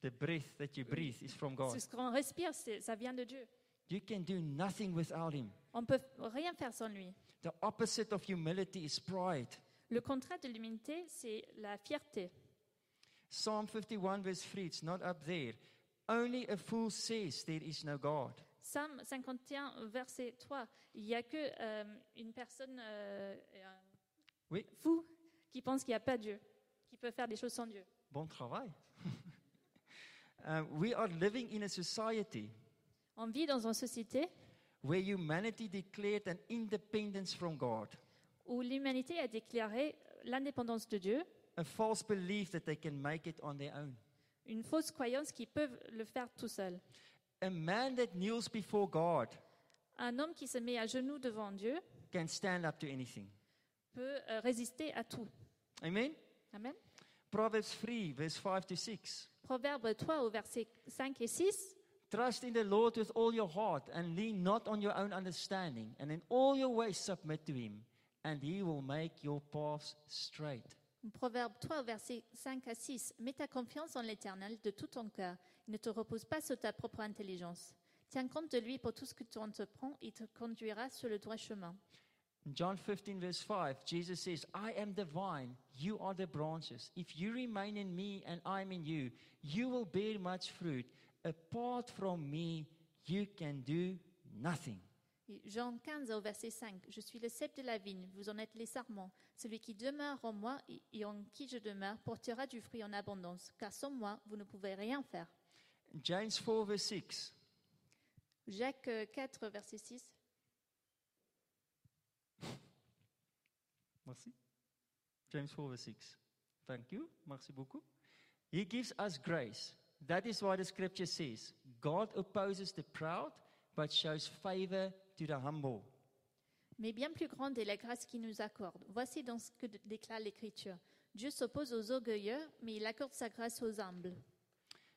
S1: The breath that you breathe is from God.
S2: ce qu'on respire, c'est- ça vient de Dieu.
S1: You can do nothing without Him.
S2: On peut rien faire sans lui.
S1: The opposite of humility is pride.
S2: Le contrat de l'humilité, c'est la fierté.
S1: Psalm 51, verse 3, it's not up there. Only a fool says there is no God.
S2: Psalm 51, verset 3. Il n'y a que euh, une personne euh, et un
S1: Oui.
S2: fou qui pense qu'il n'y a pas Dieu, qui peut faire des choses sans Dieu.
S1: Bon travail. Uh, we are living in a society
S2: On vit dans une société
S1: where humanity declared an independence from God,
S2: où l'humanité a déclaré l'indépendance de Dieu,
S1: a false belief that they can make it on their own.
S2: une fausse croyance qu'ils peuvent le faire tout seul.
S1: A man that kneels before God
S2: Un homme qui se met à genoux devant Dieu
S1: can stand up to anything.
S2: peut euh, résister à tout.
S1: Amen?
S2: Amen.
S1: Proverbs 3, verse 5 to 6.
S2: Proverbe 3 au verset 5 et 6.
S1: Trust in the Lord with all your heart and lean not on your own understanding, and in all your ways submit to him, and he will make your paths straight.
S2: Proverbe 3, versets 5 à 6. Mets ta confiance en l'Éternel de tout ton cœur. Ne te repose pas sur ta propre intelligence. Tiens compte de lui pour tout ce que tu entreprends. Il te conduira sur le droit chemin.
S1: In John 15, verse 5, Jesus says, I am the vine, you are the branches. If you remain in me and I am in you, you will bear much fruit. Apart from me, you can do nothing.
S2: Et Jean 15, au verset 5. Je suis le cep de la vigne. Vous en êtes les sarments. Celui qui demeure en moi et- et en qui je demeure portera du fruit en abondance. Car sans moi, vous ne pouvez rien faire.
S1: James 4, verse 6.
S2: Jacques euh, 4, verset 6.
S1: Merci. James 4, verse 6. Thank you. Merci beaucoup. He gives us grace. That is why the scripture says, God opposes the proud, but shows favor to the humble.
S2: Mais bien plus grande est la grâce qu'il nous accorde. Voici dans ce que d- déclare l'Écriture. Dieu s'oppose aux orgueilleux, mais il accorde sa grâce aux humbles.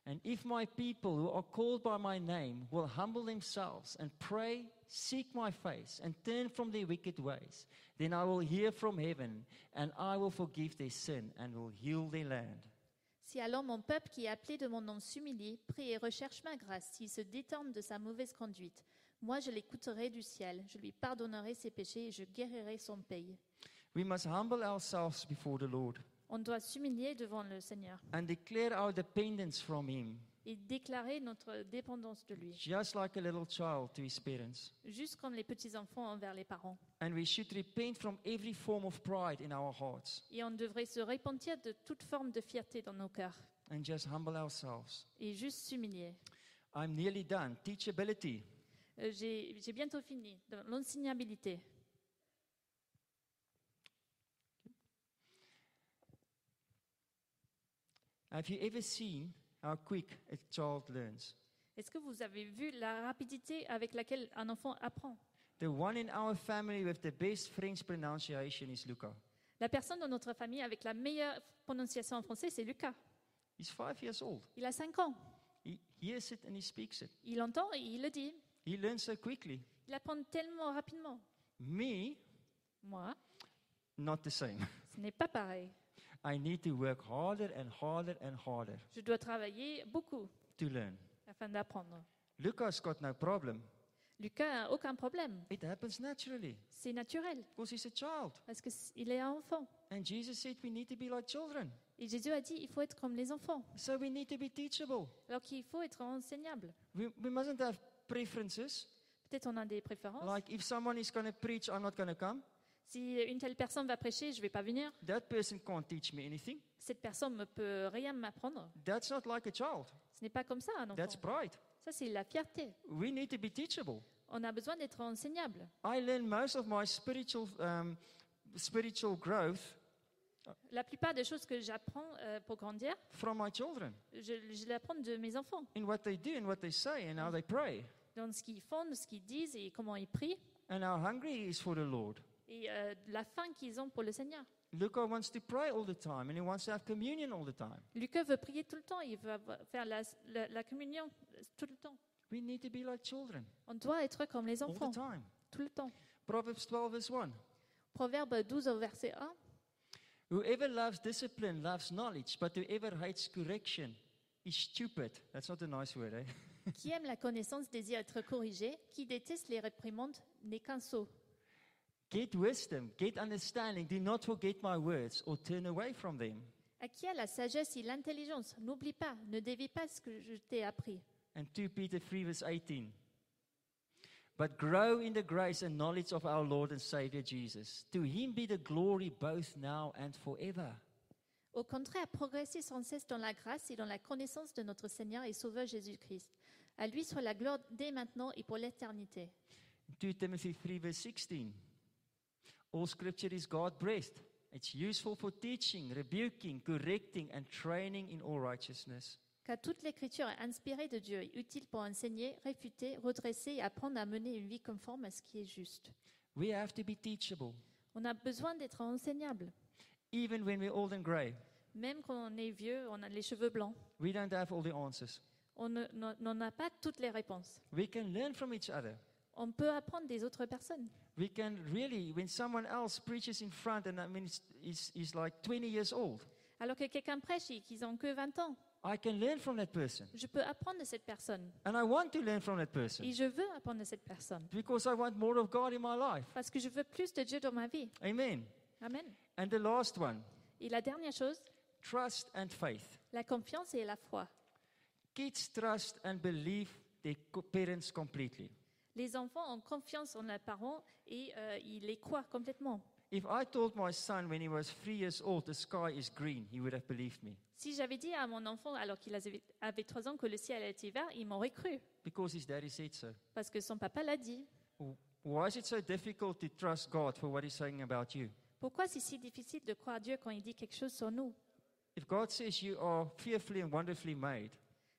S1: And if my people who are called by my name will humble themselves and pray, seek my face, and turn from their wicked ways, then I will hear from heaven, and I will forgive their sin and will heal their land.
S2: Si alors mon peuple qui est appelé de mon nom s'humilie, prie et recherche ma grâce, s'il se détourne de sa mauvaise conduite, moi je l'écouterai du ciel, je lui pardonnerai ses péchés et je guérirai son pays.
S1: We must humble ourselves before the Lord
S2: On doit s'humilier devant le Seigneur
S1: and declare our dependence from Him,
S2: et déclarer notre dépendance de lui,
S1: just like a little child to his parents.
S2: juste comme les petits-enfants envers les parents.
S1: And we should repent from every form of pride in our hearts
S2: Et on devrait se repentir de toute forme de fierté dans nos cœurs
S1: and just humble ourselves.
S2: et juste s'humilier.
S1: I'm nearly done. Teachability.
S2: Euh, J'ai j'ai bientôt fini. Dans L'enseignabilité.
S1: Have you ever seen how quick a child learns?
S2: Est-ce que vous avez vu la rapidité avec laquelle un enfant apprend
S1: The one in our family with the best French pronunciation is Luca.
S2: La personne dans notre famille avec la meilleure prononciation en français, c'est Lucas.
S1: He's five years old.
S2: Il a 5 ans.
S1: He hears it and he speaks it.
S2: Il entend et il le dit.
S1: He learns so quickly.
S2: Il apprend tellement rapidement.
S1: Me,
S2: Moi,
S1: not the same.
S2: ce n'est pas pareil.
S1: I need to work harder and harder and harder
S2: Je dois travailler beaucoup
S1: to learn.
S2: afin d'apprendre.
S1: Luca's got no problem.
S2: Lucas n'a aucun problème.
S1: It happens naturally
S2: C'est naturel
S1: because he's a child.
S2: parce qu'il est un enfant.
S1: And Jesus said we need to be like children.
S2: Et Jésus a dit, il faut être comme les enfants.
S1: So we need to be teachable.
S2: Alors qu'il faut être enseignable.
S1: We, we mustn't have preferences.
S2: Peut-être on a des préférences.
S1: Like if someone is going to preach, I'm not going to come.
S2: Si une telle personne va prêcher, je ne vais pas venir.
S1: That person can't teach me anything.
S2: Cette personne ne peut rien m'apprendre.
S1: That's not like a child.
S2: Ce n'est pas comme ça un enfant.
S1: That's pride.
S2: Ça, c'est la fierté.
S1: We need to be teachable.
S2: On a besoin d'être enseignable.
S1: I learned most of my spiritual um, spiritual growth
S2: La plupart des choses que j'apprends euh, pour grandir,
S1: from my children
S2: je, je l'apprends de mes enfants.
S1: in what they do and what they say and how they pray
S2: Dans ce qu'ils font, ce qu'ils disent et comment ils prient.
S1: and how hungry he is for the Lord.
S2: Et euh, la faim qu'ils ont pour le Seigneur.
S1: Luca wants to pray all the time and he wants to have communion all the time.
S2: Lucas veut prier euh, tout le temps. Il veut avoir- faire la, la- la communion tout le temps.
S1: We We need to be like children
S2: On doit être comme les
S1: all
S2: enfants
S1: the time.
S2: tout le temps.
S1: Proverbs 12, verse 1.
S2: Proverbe 12 au verset 1.
S1: Whoever loves discipline loves knowledge, but whoever hates correction is stupid. That's not a nice word, eh?
S2: Qui aime la connaissance désire être corrigé, qui déteste les réprimandes n'est qu'un sot.
S1: Get wisdom, get understanding. Do not forget my words or turn away from them.
S2: À qui a la sagesse et l'intelligence N'oublie pas, ne dévie pas ce que je t'ai appris.
S1: And 2 Peter 3, verse 18. But grow in the grace and knowledge of our Lord and Savior Jesus. To him be the glory both now and forever.
S2: Au contraire, progressez sans cesse dans la grâce et dans la connaissance de notre Seigneur et Sauveur Jésus-Christ. À lui soit la gloire dès maintenant et pour l'éternité.
S1: 2 Timothy 3, verse 16. All scripture is God breathed. It's useful for teaching, rebuking, correcting, and training in all righteousness.
S2: Car toute l'écriture est inspirée de Dieu et utile pour enseigner, réfuter, redresser et apprendre à mener une vie conforme à ce qui est juste.
S1: We have to be teachable,
S2: On a besoin d'être enseignable.
S1: even when we're old and gray.
S2: Même quand on est vieux, on a les cheveux blancs.
S1: We don't have all the answers.
S2: On ne- n'en n'en a pas toutes les réponses.
S1: We can learn from each other.
S2: On peut apprendre des autres personnes.
S1: We can really, when someone else preaches in front, and I mean, it's, he's, he's like 20 years old,
S2: Alors que quelqu'un prêche et qu'ils n'ont que 20 ans,
S1: I can learn from that person.
S2: je peux apprendre de cette personne.
S1: And I want to learn from that
S2: Et
S1: person
S2: je veux apprendre de cette personne.
S1: because I want more of God in my life.
S2: Parce que je veux plus de Dieu dans ma vie.
S1: Amen.
S2: Amen.
S1: And the last one
S2: Et la dernière chose,
S1: trust and faith.
S2: la confiance et la foi.
S1: Kids trust and believe their co- parents completely.
S2: Les enfants ont confiance en leurs parents et euh, ils les croient complètement.
S1: If I told my son when he was three years old the sky is green, he would have believed me
S2: Si j'avais dit à mon enfant, alors qu'il avait- avait trois ans, que le ciel était vert, il m'aurait cru.
S1: because his daddy said so.
S2: Parce que son papa l'a dit.
S1: W- Why is it so difficult to trust God for what he's saying about you?
S2: Pourquoi c'est si difficile de croire Dieu quand il dit quelque chose sur nous
S1: If God says you are fearfully and wonderfully made,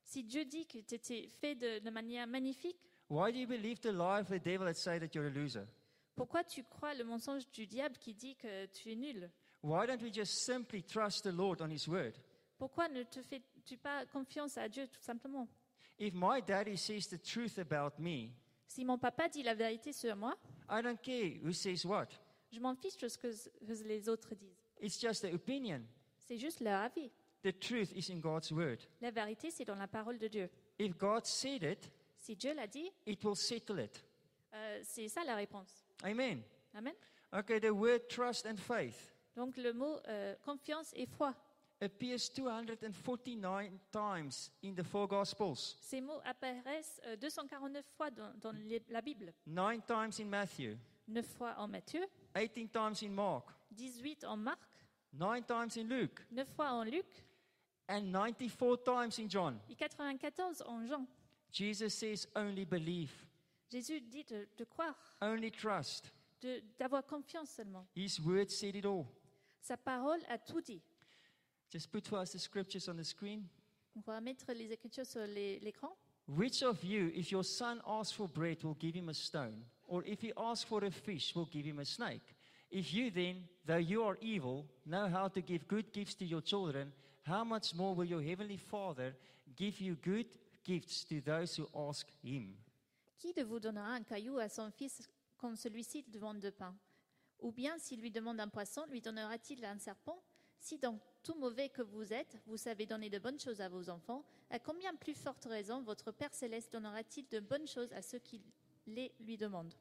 S2: Si Dieu dit que tu étais fait de, de manière magnifique,
S1: why do you believe the lie of the devil that say that you're a loser?
S2: pourquoi tu crois le mensonge du diable qui dit que tu es nul
S1: Why don't we just simply trust the Lord on his word?
S2: Pourquoi ne te fais-tu pas confiance à Dieu tout simplement
S1: If my daddy says the truth about me,
S2: Si mon papa dit la vérité sur moi,
S1: I don't care who says what.
S2: je m'en fiche de ce que, que les autres disent.
S1: It's just an opinion.
S2: C'est juste leur avis.
S1: The truth is in God's word.
S2: La vérité, c'est dans la parole de Dieu.
S1: If God said it,
S2: Si Dieu l'a dit,
S1: it will settle it.
S2: euh, c'est ça la réponse.
S1: Amen.
S2: Amen.
S1: Okay, the word trust and faith
S2: Donc le mot euh, confiance et foi,
S1: appears 249 times in the four Gospels,
S2: ces mots apparaissent euh, 249 fois dans, dans les- la Bible.
S1: nine times in Matthew,
S2: 9 fois en Matthieu,
S1: 18 times in Mark,
S2: 18 en Marc,
S1: nine times in Luke,
S2: 9 fois en Luc
S1: and 94 times in John.
S2: et 94 en Jean.
S1: Jesus says, only believe,
S2: Jésus dit de, de croire,
S1: only trust.
S2: de- d'avoir confiance seulement.
S1: His word said it all.
S2: Sa parole a tout dit.
S1: Just put for us the scriptures on the screen.
S2: On va mettre les écritures sur les- l'écran.
S1: Which of you, if your son asks for bread, will give him a stone? Or if he asks for a fish, will give him a snake? If you then, though you are evil, know how to give good gifts to your children, how much more will your heavenly Father give you good gifts to those who ask him?
S2: Qui de vous donnera un caillou à son fils quand celui-ci demande de pain Ou bien s'il lui demande un poisson, lui donnera-t-il un serpent Si donc tout mauvais que vous êtes, vous savez donner de bonnes choses à vos enfants, à combien plus forte raison votre Père céleste donnera-t-il de bonnes choses à ceux qui les lui demandent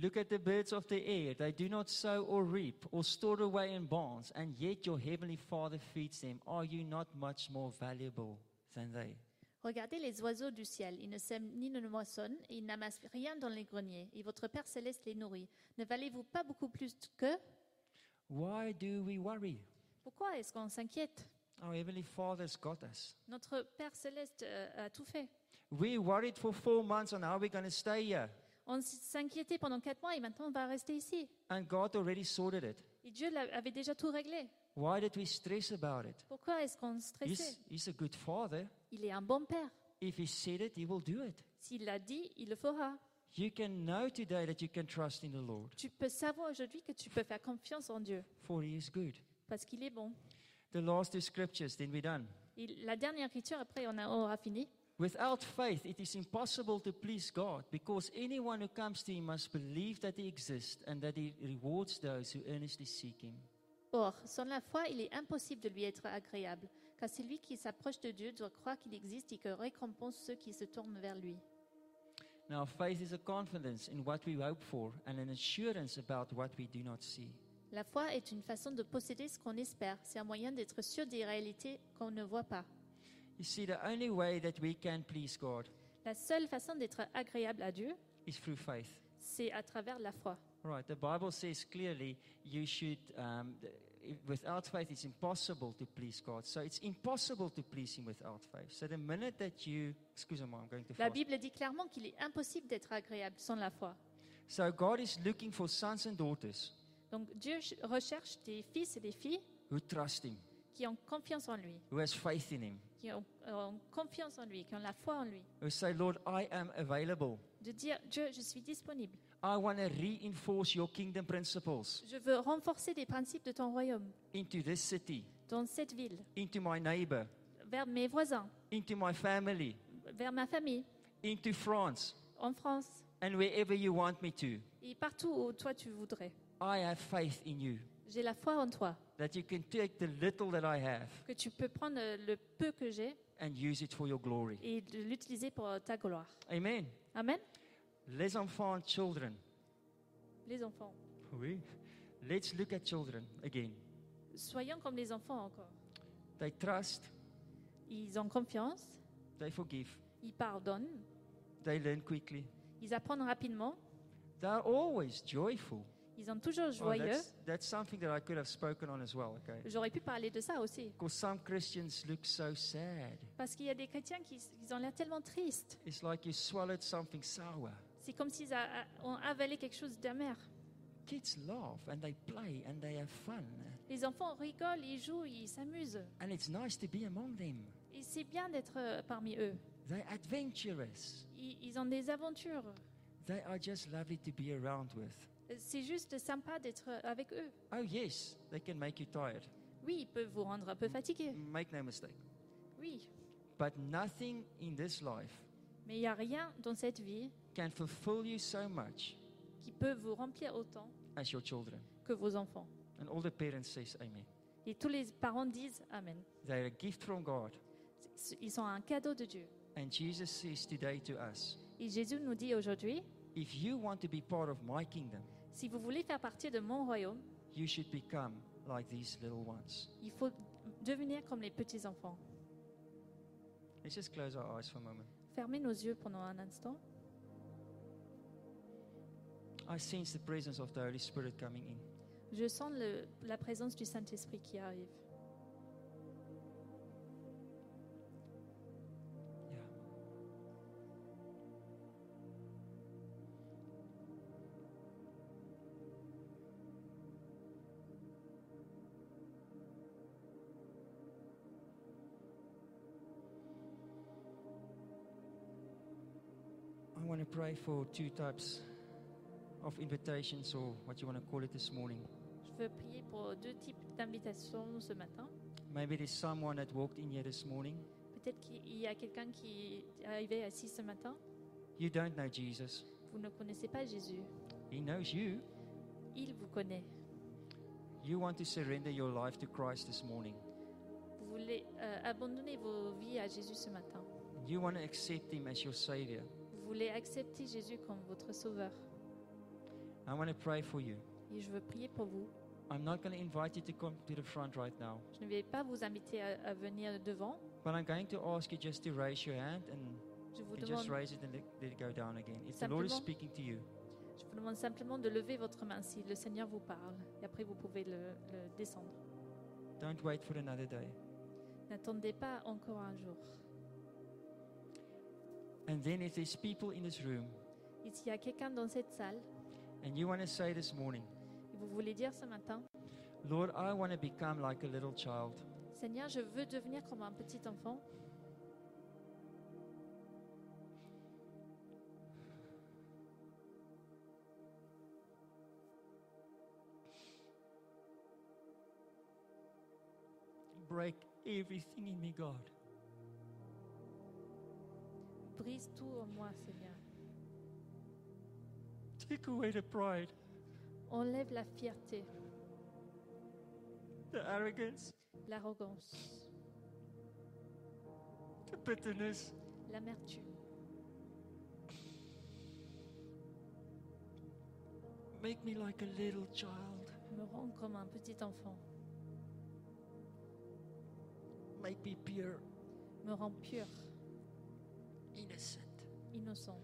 S1: Look at the birds of the air. They do not sow or reap or store away in barns, and yet your heavenly Father feeds them. Are you not much more valuable than they?
S2: Regardez les oiseaux du ciel, ils ne sèment ni ne moissonnent, et ils n'amassent rien dans les greniers, et votre Père céleste les nourrit. Ne valez-vous pas beaucoup plus que
S1: Why do we worry?
S2: Pourquoi est-ce qu'on s'inquiète
S1: Our heavenly Father's got us.
S2: Notre Père céleste euh, a tout fait.
S1: We worried for four months on how we're going to stay here.
S2: On s- s'inquiétait pendant quatre mois et maintenant on va rester ici.
S1: And God already sorted it.
S2: Et Dieu l'a- avait déjà tout réglé.
S1: Why did we stress about it?
S2: Pourquoi est-ce qu'on
S1: He's,
S2: stressait
S1: he's a good father.
S2: Il est un bon père.
S1: If he said it, he will do it.
S2: S'il l'a dit, il le fera.
S1: You can know today that you can trust in the Lord,
S2: Tu peux savoir aujourd'hui que tu peux faire confiance en Dieu
S1: for he is good.
S2: parce qu'il est bon.
S1: The last two scriptures, then we're done.
S2: Et la dernière écriture, après on, a- on aura fini.
S1: Without faith, it is impossible to please God because anyone who comes to Him must believe that He exists and that He rewards those who earnestly seek Him.
S2: Or, sans la foi, il est impossible de lui être agréable, car celui qui s'approche de Dieu doit croire qu'il existe et que récompense ceux qui se tournent vers lui.
S1: Now, faith is a confidence in what we hope for and an assurance about what we do not see.
S2: La foi est une façon de posséder ce qu'on espère, c'est un moyen d'être sûr des réalités qu'on ne voit pas.
S1: You see, the only way that we can please God
S2: La seule façon d'être agréable à Dieu,
S1: is through faith.
S2: c'est à travers la foi.
S1: All Right, the Bible says clearly you should, um, th- if- without faith, it's impossible to please God. So it's impossible to please Him without faith. So the minute that you, excuse me, I'm going to
S2: La
S1: fast.
S2: Bible dit clairement qu'il est impossible d'être agréable sans la foi.
S1: So God is looking for sons and daughters
S2: Donc Dieu ch- recherche des fils et des filles
S1: who trust Him,
S2: qui ont confiance en lui,
S1: who has faith in Him,
S2: qui ont, ont confiance en lui, qui ont la foi en lui.
S1: who say, Lord, I am available.
S2: De dire Dieu, je suis disponible.
S1: I want to reinforce your kingdom principles
S2: Je veux renforcer les principes de ton royaume
S1: into this city,
S2: dans cette ville,
S1: into my neighbor,
S2: vers mes voisins,
S1: into my family,
S2: vers ma famille,
S1: into France,
S2: en France
S1: and wherever you want me to.
S2: et partout où toi tu voudrais.
S1: I have faith in you.
S2: J'ai la foi en toi,
S1: that you can take the little that I have
S2: que tu peux prendre le peu que j'ai
S1: and use it for your glory.
S2: et de l'utiliser pour ta gloire.
S1: Amen.
S2: Amen.
S1: Les enfants, children.
S2: Les enfants,
S1: Oui. Let's look at children again.
S2: soyons comme les enfants encore.
S1: They trust,
S2: Ils ont confiance,
S1: they forgive,
S2: ils pardonnent,
S1: they learn quickly.
S2: ils apprennent rapidement,
S1: They're always joyful.
S2: ils sont toujours
S1: Oh,
S2: joyeux.
S1: that's, that's something that I could have spoken on as well, okay?
S2: J'aurais pu parler de ça aussi.
S1: Because some Christians look so sad.
S2: Parce qu'il y a des chrétiens qui s- ils ont l'air tellement tristes.
S1: It's like you swallowed something sour.
S2: C'est comme s'ils a- a- ont avalé quelque chose d'amer.
S1: Kids laugh and they play and they have fun.
S2: Les enfants rigolent, ils jouent, ils s'amusent.
S1: And it's nice to be among them.
S2: Et c'est bien d'être euh, parmi eux.
S1: They're adventurous.
S2: Ils, ils ont des aventures.
S1: They are just lovely to be around with.
S2: C'est juste sympa d'être euh, avec eux.
S1: Oh, yes, they can make you tired.
S2: Oui, ils peuvent vous rendre un peu fatigué.
S1: Make no mistake.
S2: Oui.
S1: But nothing in this life
S2: Mais il n'y a rien dans cette vie
S1: can fulfill you so much
S2: qui peut vous remplir autant
S1: as your children.
S2: que vos enfants.
S1: And all the parents says amen.
S2: Et tous les parents disent Amen.
S1: They're a gift from God.
S2: C- Ils sont un cadeau de Dieu.
S1: And Jesus says today to us,
S2: Et Jésus nous dit aujourd'hui,
S1: if you want to be part of my kingdom,
S2: si vous voulez faire partie de mon royaume,
S1: you should become like these little ones.
S2: il faut devenir comme les petits-enfants.
S1: Let's just close our eyes for a moment.
S2: Fermez nos yeux pendant un instant.
S1: I sense the presence of the Holy Spirit coming in.
S2: Je sens le- la présence du Saint-Esprit qui arrive.
S1: Yeah. I want to pray for two types of invitations, or what you want to call it this morning.
S2: Je veux prier pour deux types d'invitations ce matin.
S1: Maybe there's someone that walked in here this morning.
S2: Peut-être qu'il y a quelqu'un qui est arrivé assis ce matin.
S1: You don't know Jesus,
S2: Vous ne connaissez pas Jésus.
S1: He knows you.
S2: Il vous connaît.
S1: You want to surrender your life to Christ this morning.
S2: Vous voulez euh, abandonner vos vies à Jésus ce matin.
S1: You want to accept Him as your Savior.
S2: Vous voulez accepter Jésus comme votre sauveur.
S1: I want to pray for you.
S2: Et je veux prier pour vous.
S1: I'm not going to invite you to come to the front right now,
S2: Je ne vais pas vous inviter à, à venir devant.
S1: but I'm going to ask you just to raise your hand and,
S2: Je vous,
S1: and just
S2: demande,
S1: raise it and let, let it go down again. If the Lord is
S2: Simplement.
S1: speaking to you,
S2: je vous demande simplement de lever votre main si le Seigneur vous parle. Et après, vous pouvez le, le descendre.
S1: don't wait for another day.
S2: N'attendez pas encore un jour.
S1: And then, if there's people in this room
S2: Et s'il y a quelqu'un dans cette salle
S1: and you want to say this morning,
S2: et vous voulez dire ce matin,
S1: Lord, I want to become like a little child,
S2: Seigneur, je veux devenir comme un petit enfant,
S1: break everything in me, God.
S2: brise tout en moi, Seigneur.
S1: Take away the pride,
S2: Enlève la fierté,
S1: the arrogance,
S2: l'arrogance,
S1: the bitterness,
S2: l'amertume.
S1: Make me like a little child.
S2: Me rends comme un petit enfant.
S1: Make me pure,
S2: Me rends pur,
S1: innocent,
S2: innocent,